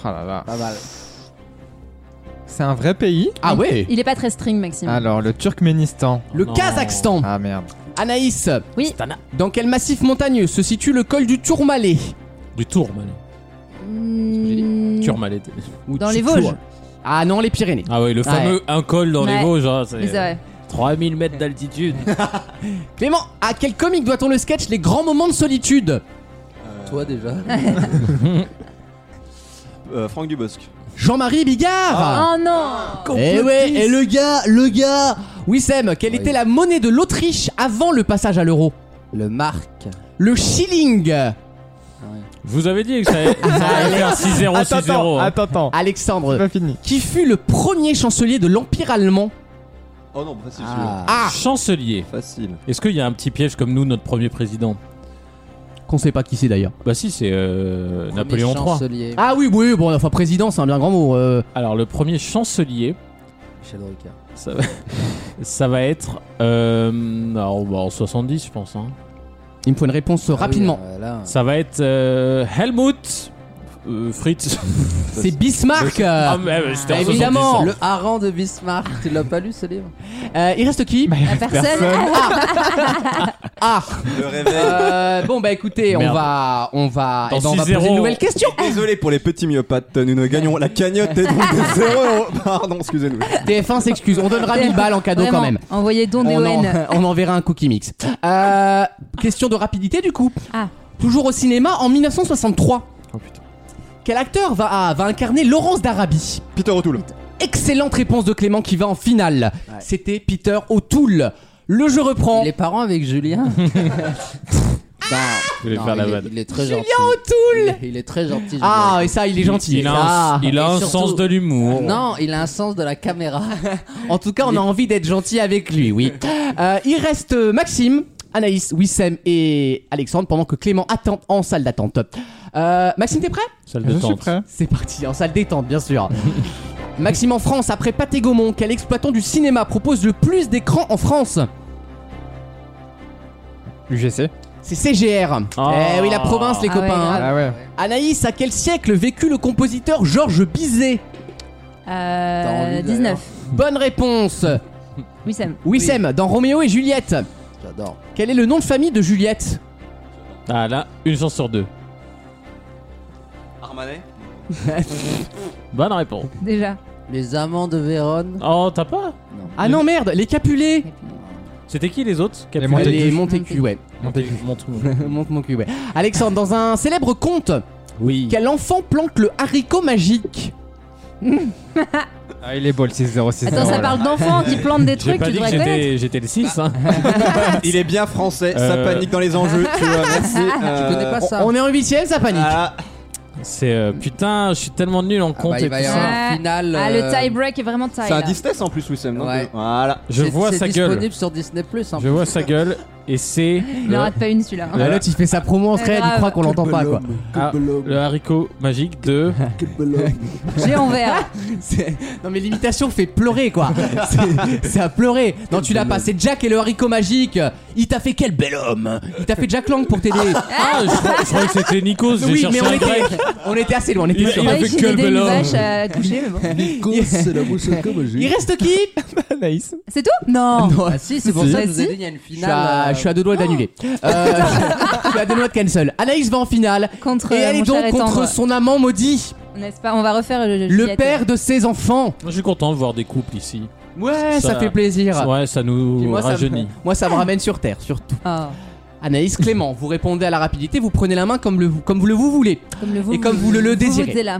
[SPEAKER 2] Ah là là.
[SPEAKER 4] Pas mal.
[SPEAKER 2] C'est un vrai pays
[SPEAKER 1] Ah ouais
[SPEAKER 3] Il est pas très string,
[SPEAKER 1] Ah.
[SPEAKER 3] Maxime.
[SPEAKER 2] Alors, le Turkménistan.
[SPEAKER 1] Le
[SPEAKER 5] Non.
[SPEAKER 1] Kazakhstan.
[SPEAKER 2] Ah merde.
[SPEAKER 1] Anaïs,
[SPEAKER 3] Oui.
[SPEAKER 1] dans quel massif montagneux se situe le col du Tourmalet
[SPEAKER 5] Du Tourmalet.
[SPEAKER 3] Mmh.
[SPEAKER 5] Tourmalet.
[SPEAKER 1] Ou
[SPEAKER 3] Dans les
[SPEAKER 1] Tour-
[SPEAKER 3] Vosges.
[SPEAKER 1] Ah non, les Pyrénées.
[SPEAKER 5] Ah ouais, le fameux un col dans les
[SPEAKER 3] Ouais.
[SPEAKER 5] Vosges. hein,
[SPEAKER 3] Oui, c'est vrai.
[SPEAKER 5] 3000 mètres d'altitude.
[SPEAKER 1] Clément, à quel comique doit-on le sketch Les grands moments de solitude
[SPEAKER 4] Toi déjà.
[SPEAKER 6] Euh, Franck Dubosc.
[SPEAKER 1] Jean-Marie Bigard
[SPEAKER 3] Oh non
[SPEAKER 1] Eh ouais, et le gars, le gars Wissem, quelle
[SPEAKER 4] Oui.
[SPEAKER 1] était la monnaie de l'Autriche avant le passage à l'euro
[SPEAKER 4] Le Marc.
[SPEAKER 1] Le shilling
[SPEAKER 5] Je vous avais dit que ça allait ça allait faire 6-0, 6-0.
[SPEAKER 2] Attends, attends,
[SPEAKER 5] hein.
[SPEAKER 2] attends, attends. C'est
[SPEAKER 1] Alexandre,
[SPEAKER 2] pas fini.
[SPEAKER 1] qui fut le premier chancelier de l'Empire allemand
[SPEAKER 6] Oh non, facile.
[SPEAKER 4] Ah.
[SPEAKER 1] Ah
[SPEAKER 5] Chancelier.
[SPEAKER 6] celui-là. Facile.
[SPEAKER 5] Est-ce qu'il y a un petit piège comme nous, notre premier président
[SPEAKER 1] Qu'on sait pas qui c'est d'ailleurs.
[SPEAKER 5] Bah si, c'est euh,
[SPEAKER 4] Premier
[SPEAKER 5] Napoléon III.
[SPEAKER 4] chancelier.
[SPEAKER 1] Ah oui, oui, bon, enfin président, c'est un bien grand mot. euh,
[SPEAKER 5] Alors le premier chancelier,
[SPEAKER 4] Michel Drucker.
[SPEAKER 5] ça va, ça va être euh, alors, bah, en 70 je pense. hein.
[SPEAKER 1] il me faut une réponse euh, rapidement.
[SPEAKER 4] Ah oui, euh, là.
[SPEAKER 5] Ça va être euh, Helmut
[SPEAKER 4] [laughs]
[SPEAKER 5] euh, Fritz.
[SPEAKER 1] c'est Bismarck euh,
[SPEAKER 5] Ah, mais, mais c'était en
[SPEAKER 1] bah, évidemment.
[SPEAKER 5] 70,
[SPEAKER 4] Le hareng de Bismarck. Tu l'as pas lu ce livre
[SPEAKER 1] euh, Il reste qui
[SPEAKER 3] La personne
[SPEAKER 1] Ah
[SPEAKER 6] Le réveil.
[SPEAKER 1] Euh, Bon bah écoutez, on
[SPEAKER 5] Merde.
[SPEAKER 1] va, on va,
[SPEAKER 5] Dans
[SPEAKER 1] eh ben, on va
[SPEAKER 5] 6-0.
[SPEAKER 1] poser une nouvelle question
[SPEAKER 6] Désolé pour les petits myopathes, nous ne gagnons la cagnotte est donc de 0 euros. Pardon, excusez-nous.
[SPEAKER 1] TF1 s'excuse, on donnera 1000 balles en cadeau Ah, quand
[SPEAKER 3] Vraiment,
[SPEAKER 1] même.
[SPEAKER 3] Envoyez don Ah des
[SPEAKER 1] On, [laughs] en-
[SPEAKER 3] ON.
[SPEAKER 1] on enverra un cookie mix. Euh, question de rapidité du coup.
[SPEAKER 3] Ah.
[SPEAKER 1] Toujours au cinéma en 1963.
[SPEAKER 5] ça. Oh, putain.
[SPEAKER 1] Quel acteur va, va ah, incarner Laurence d'Arabie
[SPEAKER 6] Peter O'Toole.
[SPEAKER 1] Excellente réponse de Clément qui va en finale. C'était Peter O'Toole. Le jeu reprend.
[SPEAKER 4] Les parents avec
[SPEAKER 1] [laughs]
[SPEAKER 4] Julien. Bah,
[SPEAKER 5] voulais faire la
[SPEAKER 4] il, est,
[SPEAKER 5] vanne.
[SPEAKER 4] il est très gentil.
[SPEAKER 1] O'Toole
[SPEAKER 4] Il est- il est très gentil. Julien.
[SPEAKER 1] Ah, et ça, il est gentil.
[SPEAKER 5] Il a un,
[SPEAKER 1] Ah.
[SPEAKER 5] il a
[SPEAKER 4] et
[SPEAKER 5] un
[SPEAKER 4] surtout- Ah,
[SPEAKER 5] sens de l'humour.
[SPEAKER 4] Non, il a un sens de la caméra.
[SPEAKER 1] En tout cas, on a envie d'être gentil avec lui, oui. Euh, il reste euh, Maxime, Anaïs, Wissem et Alexandre pendant que Clément attend en salle d'attente. Euh, Maxime, t'es prêt
[SPEAKER 5] Salle de
[SPEAKER 2] Je suis
[SPEAKER 5] tente.
[SPEAKER 2] prêt.
[SPEAKER 1] C'est parti, en salle détente, bien sûr. Maxime en France, après Pathé Gaumont, quel exploitant du cinéma propose le plus d'écrans en France
[SPEAKER 2] UGC.
[SPEAKER 1] C'est CGR.
[SPEAKER 5] Ah.
[SPEAKER 1] Eh oui, la province, les
[SPEAKER 3] Ah ouais,
[SPEAKER 1] copains. hein.
[SPEAKER 3] grave.
[SPEAKER 2] Ah ouais.
[SPEAKER 1] Anaïs, à quel siècle vécut le compositeur Georges Bizet
[SPEAKER 3] Euh, 19.
[SPEAKER 1] Bonne réponse.
[SPEAKER 3] Oui, Sam.
[SPEAKER 1] Wissem, dans Roméo et Juliette.
[SPEAKER 4] J'adore.
[SPEAKER 1] Quel est le nom de famille de Juliette
[SPEAKER 5] Ah là, une chance sur deux.
[SPEAKER 6] Armanet
[SPEAKER 5] Bonne réponse.
[SPEAKER 3] Déjà.
[SPEAKER 4] Les amants de Vérone.
[SPEAKER 5] Oh, t'as pas
[SPEAKER 1] Ah non, merde, les Capulets.
[SPEAKER 5] C'était qui les autres
[SPEAKER 2] Les
[SPEAKER 5] Capitaine
[SPEAKER 2] Montaigu.
[SPEAKER 1] Les Montaigu, ouais.
[SPEAKER 2] Montaigu.
[SPEAKER 5] Montaigu.
[SPEAKER 1] Monte mon cul, ouais. Alexandre, dans un célèbre conte,
[SPEAKER 5] Oui.
[SPEAKER 1] quel enfant plante le haricot magique
[SPEAKER 2] Ah, il est beau le 6-0-6-0.
[SPEAKER 3] Attends, ça
[SPEAKER 2] là.
[SPEAKER 3] parle d'enfants qui plantent des
[SPEAKER 5] J'ai
[SPEAKER 3] trucs,
[SPEAKER 5] pas
[SPEAKER 3] tu
[SPEAKER 5] dit que
[SPEAKER 3] devrais connaître.
[SPEAKER 5] j'étais- j'étais le 6. Hein.
[SPEAKER 6] Il est bien français,
[SPEAKER 5] Euh.
[SPEAKER 6] ça panique dans les enjeux, tu vois, merci. euh,
[SPEAKER 4] Tu connais pas ça
[SPEAKER 1] Euh,
[SPEAKER 4] Bah,
[SPEAKER 1] On est en huitième, ça panique.
[SPEAKER 6] Ah,
[SPEAKER 5] C'est euh, putain, je suis tellement nul en
[SPEAKER 4] Ah
[SPEAKER 5] compte
[SPEAKER 4] bah,
[SPEAKER 5] et
[SPEAKER 4] il va y
[SPEAKER 5] tout ça.
[SPEAKER 4] avoir un
[SPEAKER 3] ça.
[SPEAKER 4] final.
[SPEAKER 3] Ah,
[SPEAKER 4] euh,
[SPEAKER 3] le tie break est vraiment tie.
[SPEAKER 6] c'est un
[SPEAKER 3] là.
[SPEAKER 6] distesse en plus, Wissem, non
[SPEAKER 4] Ouais.
[SPEAKER 6] de- Voilà.
[SPEAKER 5] Je
[SPEAKER 4] c'est-
[SPEAKER 5] vois sa
[SPEAKER 4] C'est
[SPEAKER 5] gueule.
[SPEAKER 4] disponible sur Disney Plus.
[SPEAKER 5] Je vois sa gueule et c'est
[SPEAKER 3] Il en
[SPEAKER 5] le,
[SPEAKER 3] rate pas une celui-là. hein.
[SPEAKER 1] Ah, L'autre, il fait sa promo en
[SPEAKER 3] C'est
[SPEAKER 1] thread, il
[SPEAKER 3] grave.
[SPEAKER 1] croit qu'on l'entend pas, quoi.
[SPEAKER 5] ah, le haricot magique [laughs] de.
[SPEAKER 3] Géant vert.
[SPEAKER 1] C'est- Non, mais l'imitation fait
[SPEAKER 5] [laughs]
[SPEAKER 1] pleurer, quoi. C'est- C'est à pleurer. Non, tu l'as pas, c'est Jack et le haricot magique. Il t'a fait quel bel homme Il t'a fait Jack Lang pour
[SPEAKER 5] [laughs]
[SPEAKER 1] t'aider.
[SPEAKER 5] Ah, je, je croyais que c'était Nikos. J'ai
[SPEAKER 1] Oui,
[SPEAKER 5] cherché
[SPEAKER 1] mais on
[SPEAKER 5] un
[SPEAKER 1] était,
[SPEAKER 5] grec.
[SPEAKER 1] on était assez loin, on était
[SPEAKER 5] Il-
[SPEAKER 1] sûr.
[SPEAKER 5] il a fait
[SPEAKER 3] Ouais, j'ai
[SPEAKER 5] que le
[SPEAKER 3] aidé une
[SPEAKER 5] vélo.
[SPEAKER 3] vache à toucher, mais bon.
[SPEAKER 1] [laughs] c'est
[SPEAKER 4] la bouche
[SPEAKER 6] [laughs]
[SPEAKER 1] Il reste qui
[SPEAKER 2] Anaïs.
[SPEAKER 3] C'est tout Non.
[SPEAKER 4] Ah si, c'est pour
[SPEAKER 3] Si.
[SPEAKER 4] ça que je vous ai
[SPEAKER 3] Si.
[SPEAKER 4] dit, il y a une
[SPEAKER 1] Je suis, à,
[SPEAKER 4] finale.
[SPEAKER 1] je suis à deux doigts d'annuler. Euh, [laughs] je suis à deux doigts de cancel. Anaïs va en finale.
[SPEAKER 3] Contre euh,
[SPEAKER 1] Et elle
[SPEAKER 3] mon
[SPEAKER 1] est
[SPEAKER 3] cher bah.
[SPEAKER 1] donc
[SPEAKER 3] et
[SPEAKER 1] contre
[SPEAKER 3] tendre.
[SPEAKER 1] son amant maudit,
[SPEAKER 3] N'est-ce pas On va refaire le
[SPEAKER 1] le père de ses enfants.
[SPEAKER 5] Moi, Je suis content de voir des couples ici.
[SPEAKER 1] Ouais, ça,
[SPEAKER 5] Ça-
[SPEAKER 1] fait plaisir.
[SPEAKER 5] Ouais, ça nous
[SPEAKER 1] Puis moi, ça me,
[SPEAKER 5] rajeunit.
[SPEAKER 1] moi, ça me ramène sur Terre, surtout.
[SPEAKER 3] Oh.
[SPEAKER 1] Anaïs Clément, vous répondez à la rapidité, vous prenez la main comme, le, comme vous le vous voulez.
[SPEAKER 3] comme le vous,
[SPEAKER 1] Et comme vous le- le désirez.
[SPEAKER 3] Vous là.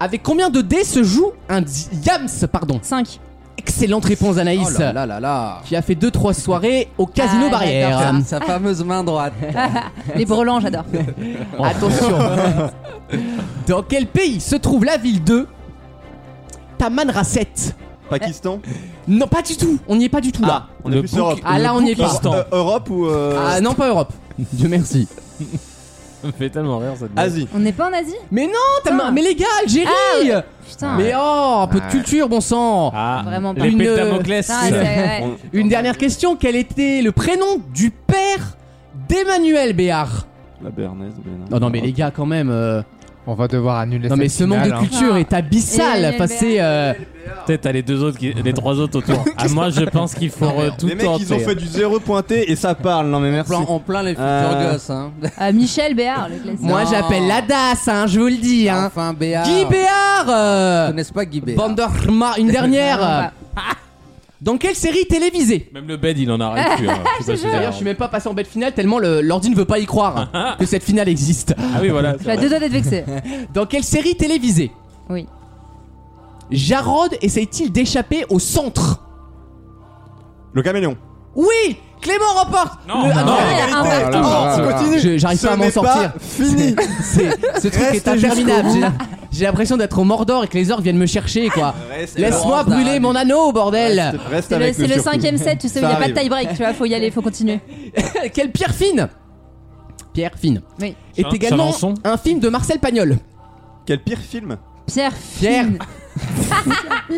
[SPEAKER 1] Avec combien de dés se joue un di- Yams pardon
[SPEAKER 3] 5.
[SPEAKER 1] Excellente réponse, Anaïs.
[SPEAKER 4] Oh là là là là.
[SPEAKER 1] Qui a fait 2-3 soirées au Casino
[SPEAKER 3] Ah,
[SPEAKER 1] Barrière.
[SPEAKER 3] j'adore
[SPEAKER 4] Sa fameuse main droite.
[SPEAKER 3] [laughs] Les brelans, j'adore.
[SPEAKER 1] Attention. [laughs] Dans quel pays se trouve la ville de Tamanrasset
[SPEAKER 6] Pakistan
[SPEAKER 1] Non, pas du tout. On n'y est pas du tout là.
[SPEAKER 6] On est
[SPEAKER 5] Le
[SPEAKER 6] plus
[SPEAKER 5] bouc-
[SPEAKER 6] Europe.
[SPEAKER 1] Ah, là, on n'y est pas.
[SPEAKER 5] Pakistan.
[SPEAKER 6] Euh, Europe ou euh,
[SPEAKER 1] Ah non,
[SPEAKER 4] [laughs]
[SPEAKER 1] pas Europe. Dieu merci.
[SPEAKER 5] [laughs] Ça me fait tellement rire cette blague.
[SPEAKER 6] Asie
[SPEAKER 3] On n'est pas en Asie
[SPEAKER 1] Mais non, Taman-
[SPEAKER 3] Putain.
[SPEAKER 1] mais les gars, Algérie.
[SPEAKER 4] Ah.
[SPEAKER 3] Putain.
[SPEAKER 1] Mais oh, un peu de culture, bon sang.
[SPEAKER 5] Ah,
[SPEAKER 3] Vraiment pas.
[SPEAKER 5] les
[SPEAKER 1] Une-
[SPEAKER 5] pétamoclès.
[SPEAKER 3] Putain, c'est- ouais.
[SPEAKER 6] On-
[SPEAKER 1] Une dernière question. Quel était le prénom du père d'Emmanuel Béard
[SPEAKER 6] La Béarnaise, Bénin.
[SPEAKER 1] Oh Non, non, mais les gars, quand même. euh,
[SPEAKER 2] On va devoir annuler
[SPEAKER 1] Non, mais ce
[SPEAKER 2] cette
[SPEAKER 1] manque de
[SPEAKER 2] finale, hein.
[SPEAKER 1] culture
[SPEAKER 3] Ah.
[SPEAKER 1] est abyssal.
[SPEAKER 3] Emmanuel
[SPEAKER 1] Enfin, c'est. euh,
[SPEAKER 5] Peut-être t'as les deux autres, qui- les trois autres
[SPEAKER 6] [laughs]
[SPEAKER 5] autour. Ah, moi, je pense qu'il faut euh, tout
[SPEAKER 6] Les mecs, ils ont
[SPEAKER 5] tenter.
[SPEAKER 6] fait du zéro pointé et ça parle, non mais
[SPEAKER 4] On
[SPEAKER 6] merci.
[SPEAKER 4] plaint- On plaint les futurs
[SPEAKER 6] Euh.
[SPEAKER 4] gosses. Hein.
[SPEAKER 3] Euh, Michel Béard, le classique.
[SPEAKER 1] Moi,
[SPEAKER 4] Non.
[SPEAKER 1] j'appelle la DAS, hein, je vous le dis. Hein.
[SPEAKER 4] Enfin,
[SPEAKER 3] Ah.
[SPEAKER 4] Béa.
[SPEAKER 1] Guy Béard
[SPEAKER 4] Ils
[SPEAKER 1] euh,
[SPEAKER 4] connaissent pas Guy
[SPEAKER 3] hein.
[SPEAKER 4] Béa.
[SPEAKER 1] Banderma, une
[SPEAKER 3] Ah, [laughs]
[SPEAKER 1] dernière [laughs] Dans quelle série télévisée
[SPEAKER 5] Même le bed, il en
[SPEAKER 6] Ah.
[SPEAKER 5] arrête plus. hein. Je sais pas si
[SPEAKER 1] D'ailleurs, je
[SPEAKER 5] c'est-
[SPEAKER 1] suis même pas passé en bête finale tellement le- l'ordi ne veut pas y croire hein, que cette finale existe.
[SPEAKER 5] Ah oui, voilà.
[SPEAKER 3] Tu as deux doigts d'être vexé.
[SPEAKER 1] Dans quelle série télévisée
[SPEAKER 3] Oui.
[SPEAKER 1] Jarod essaye-t-il d'échapper au centre
[SPEAKER 6] Le caméléon.
[SPEAKER 1] Oui Clément remporte
[SPEAKER 5] Non,
[SPEAKER 1] Le-
[SPEAKER 5] non,
[SPEAKER 1] Ah,
[SPEAKER 5] non.
[SPEAKER 3] Ouais, un
[SPEAKER 6] Égalité.
[SPEAKER 3] partout.
[SPEAKER 2] Oh là là.
[SPEAKER 6] on continue.
[SPEAKER 1] Je- J'arrive
[SPEAKER 6] Ce
[SPEAKER 1] pas à m'en
[SPEAKER 6] n'est
[SPEAKER 1] sortir.
[SPEAKER 6] pas Fini.
[SPEAKER 1] [laughs] C'est- Ce truc est
[SPEAKER 6] Restez
[SPEAKER 1] interminable.
[SPEAKER 6] jusqu'au
[SPEAKER 1] J'ai- J'ai l'impression d'être au Mordor et que les orques viennent me chercher, quoi. Laisse-moi
[SPEAKER 4] Laurence
[SPEAKER 1] brûler
[SPEAKER 4] d'Arabie.
[SPEAKER 1] mon anneau, bordel
[SPEAKER 6] Reste
[SPEAKER 3] C'est le,
[SPEAKER 6] avec
[SPEAKER 3] c'est le cinquième set, tu sais, où il
[SPEAKER 6] Ça
[SPEAKER 3] n'y a pas de tie
[SPEAKER 6] arrive.
[SPEAKER 3] break, tu vois, faut y aller, faut continuer.
[SPEAKER 1] [laughs] Quelle Pierre Fine Pierre Fine
[SPEAKER 3] Oui.
[SPEAKER 1] est
[SPEAKER 5] Chalin-
[SPEAKER 1] également
[SPEAKER 5] Chalençon
[SPEAKER 1] un film de Marcel Pagnol.
[SPEAKER 6] Quel
[SPEAKER 1] [laughs]
[SPEAKER 6] pire film
[SPEAKER 3] Pierre.
[SPEAKER 1] Pierre. [laughs]
[SPEAKER 3] Fine.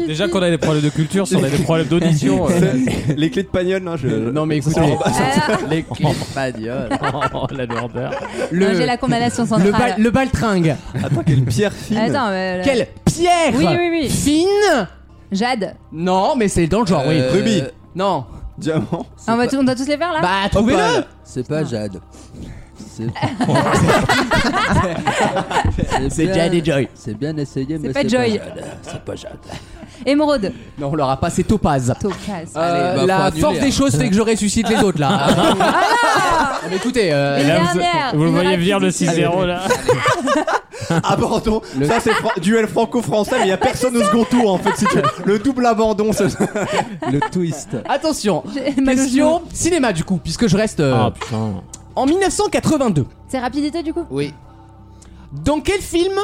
[SPEAKER 5] Déjà qu'on a des problèmes de culture, si on a des problèmes [laughs] d'audition. euh,
[SPEAKER 6] C'est- Les clés de Pagnol, Euh, non je...
[SPEAKER 1] Non mais écoutez,
[SPEAKER 3] Ah,
[SPEAKER 1] [laughs]
[SPEAKER 4] Les clés espagnoles.
[SPEAKER 5] oh, la lourdeur.
[SPEAKER 1] le,
[SPEAKER 3] non, J'ai la condamnation
[SPEAKER 1] le,
[SPEAKER 3] centrale.
[SPEAKER 1] bal- le baltringue.
[SPEAKER 6] Attends, quel pire film
[SPEAKER 3] Attends, mais-
[SPEAKER 1] Quelle Pierre
[SPEAKER 3] Oui, oui, oui.
[SPEAKER 1] Fine
[SPEAKER 3] Jade.
[SPEAKER 1] Non, mais c'est dans le genre, oui.
[SPEAKER 4] Euh,
[SPEAKER 6] Ruby. Ah,
[SPEAKER 1] Non.
[SPEAKER 6] Diamant
[SPEAKER 3] On, va tout- on doit tous les faire là
[SPEAKER 1] Bah,
[SPEAKER 6] Opal.
[SPEAKER 1] trouvez-le
[SPEAKER 4] C'est pas Jade.
[SPEAKER 5] [laughs]
[SPEAKER 4] C'est
[SPEAKER 1] C'est
[SPEAKER 4] bien-
[SPEAKER 1] Jade et Joy.
[SPEAKER 4] C'est bien essayé, mais
[SPEAKER 3] pas Joy.
[SPEAKER 4] Jade. C'est pas Jade.
[SPEAKER 3] Émeraude.
[SPEAKER 1] Non, on leur a passé Topaz.
[SPEAKER 3] Topaz.
[SPEAKER 4] Allez,
[SPEAKER 1] Euh,
[SPEAKER 4] bah, faut
[SPEAKER 1] la
[SPEAKER 4] annuler,
[SPEAKER 1] force
[SPEAKER 4] hein. Ah
[SPEAKER 1] des choses fait que je ressuscite les
[SPEAKER 4] [laughs]
[SPEAKER 1] autres là. Non, mais écoutez, euh,
[SPEAKER 3] Et
[SPEAKER 1] la-
[SPEAKER 3] là-
[SPEAKER 5] vous-
[SPEAKER 3] dernière,
[SPEAKER 5] vous, le
[SPEAKER 3] une
[SPEAKER 5] voyez
[SPEAKER 3] rapide.
[SPEAKER 5] venir le 6-0 là.
[SPEAKER 4] Ah.
[SPEAKER 6] Abandon. Ah, Ça, c'est fran- duel franco-français, mais il n'y a personne au second tour en fait. si tu veux. Le double abandon, ça-
[SPEAKER 4] Le twist.
[SPEAKER 1] [laughs] attention.
[SPEAKER 3] [laughs] J'ai mal au genou.
[SPEAKER 1] Question cinéma du coup, puisque je reste euh,
[SPEAKER 5] Ah putain.
[SPEAKER 1] en 1982.
[SPEAKER 3] C'est rapidité du coup
[SPEAKER 1] Oui. Dans quel film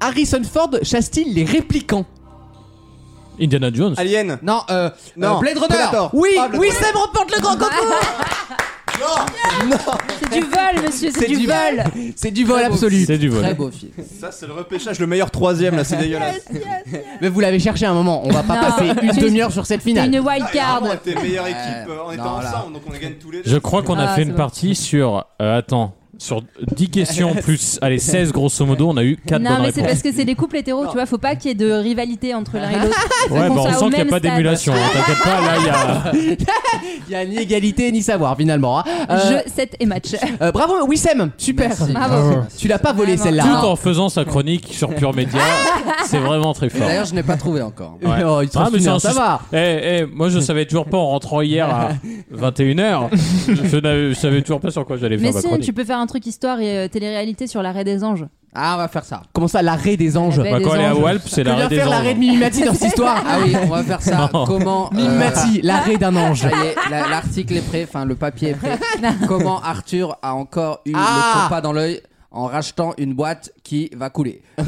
[SPEAKER 1] Harrison Ford chasse-t-il les réplicants
[SPEAKER 5] Indiana Jones.
[SPEAKER 6] [laughs] Alien.
[SPEAKER 1] Non, euh,
[SPEAKER 6] Non.
[SPEAKER 1] euh, Blade Runner.
[SPEAKER 6] Predator.
[SPEAKER 1] Oui,
[SPEAKER 6] Ah, Blade
[SPEAKER 1] oui, Sam remporte le grand concours.
[SPEAKER 3] C'est du vol, monsieur, c'est du, vol.
[SPEAKER 1] C'est du vol absolu.
[SPEAKER 5] C'est du vol.
[SPEAKER 4] Très beau film.
[SPEAKER 6] Ça, c'est le repêchage, le meilleur troisième là, c'est dégueulasse.
[SPEAKER 1] Mais vous l'avez cherché un moment. On va pas
[SPEAKER 3] Non.
[SPEAKER 1] passer une
[SPEAKER 3] [laughs] Tu-
[SPEAKER 1] demi-heure sur cette
[SPEAKER 3] C'est
[SPEAKER 1] finale.
[SPEAKER 3] une wild
[SPEAKER 6] Ah,
[SPEAKER 3] card.
[SPEAKER 6] Vraiment, t'es meilleure équipe, euh, on était
[SPEAKER 4] non, là.
[SPEAKER 6] ensemble, donc on gagne tous les deux.
[SPEAKER 5] Je crois qu'on a
[SPEAKER 3] Ah,
[SPEAKER 5] fait
[SPEAKER 3] c'est
[SPEAKER 5] une
[SPEAKER 3] bon.
[SPEAKER 5] partie sur. euh, attends. Sur 10 questions plus. Allez, 16 grosso modo, on a eu 4
[SPEAKER 3] non,
[SPEAKER 5] bonnes
[SPEAKER 3] mais c'est parce
[SPEAKER 5] réponses.
[SPEAKER 3] que c'est des couples hétéros, tu vois. Faut pas qu'il y ait de rivalité entre l'un
[SPEAKER 5] [laughs]
[SPEAKER 3] et l'autre. Faut
[SPEAKER 5] Ouais, bah
[SPEAKER 3] qu'on
[SPEAKER 5] on
[SPEAKER 3] soit au
[SPEAKER 5] sent qu'il n'y a
[SPEAKER 3] même
[SPEAKER 5] pas
[SPEAKER 3] stade.
[SPEAKER 5] d'émulation. hein, T'inquiète pas, là, il y a.
[SPEAKER 1] Il y a ni égalité ni savoir finalement. hein. Euh,
[SPEAKER 3] Jeu, 7 et match. [laughs]
[SPEAKER 1] euh, bravo, Wissem, super.
[SPEAKER 4] Merci.
[SPEAKER 5] Ah
[SPEAKER 3] Bravo.
[SPEAKER 1] Tu l'as pas volé
[SPEAKER 3] Vraiment. [laughs]
[SPEAKER 1] celle-là.
[SPEAKER 5] Tout
[SPEAKER 1] hein.
[SPEAKER 5] en faisant sa chronique sur Pure Media, c'est vraiment très fort.
[SPEAKER 4] D'ailleurs, je n'ai pas trouvé encore.
[SPEAKER 5] Ouais.
[SPEAKER 1] Oh, il se
[SPEAKER 5] Ah, mais
[SPEAKER 1] reste une
[SPEAKER 5] c'est
[SPEAKER 1] heure,
[SPEAKER 5] un
[SPEAKER 1] ça
[SPEAKER 5] sus-
[SPEAKER 1] va.
[SPEAKER 5] Eh, eh, moi je savais toujours pas en rentrant hier à 21h. je, n'avais- je savais toujours pas sur quoi j'allais
[SPEAKER 3] Mais
[SPEAKER 5] faire ma
[SPEAKER 3] si,
[SPEAKER 5] chronique.
[SPEAKER 3] tu peux faire un truc histoire et euh, télé-réalité sur l'arrêt des anges.
[SPEAKER 4] Ah, on va faire ça.
[SPEAKER 1] Comment ça, l'arrêt des anges
[SPEAKER 3] Bah,
[SPEAKER 5] Bah, quand
[SPEAKER 3] des
[SPEAKER 5] elle est à
[SPEAKER 3] anges.
[SPEAKER 5] Walp, c'est
[SPEAKER 1] Que
[SPEAKER 5] l'arrêt
[SPEAKER 1] vient
[SPEAKER 5] des
[SPEAKER 1] faire l'arrêt de
[SPEAKER 5] anges.
[SPEAKER 4] [laughs]
[SPEAKER 1] Mimimati dans cette histoire
[SPEAKER 4] Ah oui, on va faire ça.
[SPEAKER 5] Non.
[SPEAKER 4] Comment. euh,
[SPEAKER 3] Ah.
[SPEAKER 1] Mimimati, l'arrêt d'un ange.
[SPEAKER 4] Ça y est, la- l'article est prêt, enfin le papier est
[SPEAKER 1] [laughs]
[SPEAKER 4] prêt. Comment Arthur a encore eu
[SPEAKER 1] Ah
[SPEAKER 4] le compas dans l'œil en rachetant une boîte qui va couler
[SPEAKER 1] [laughs]
[SPEAKER 4] euh,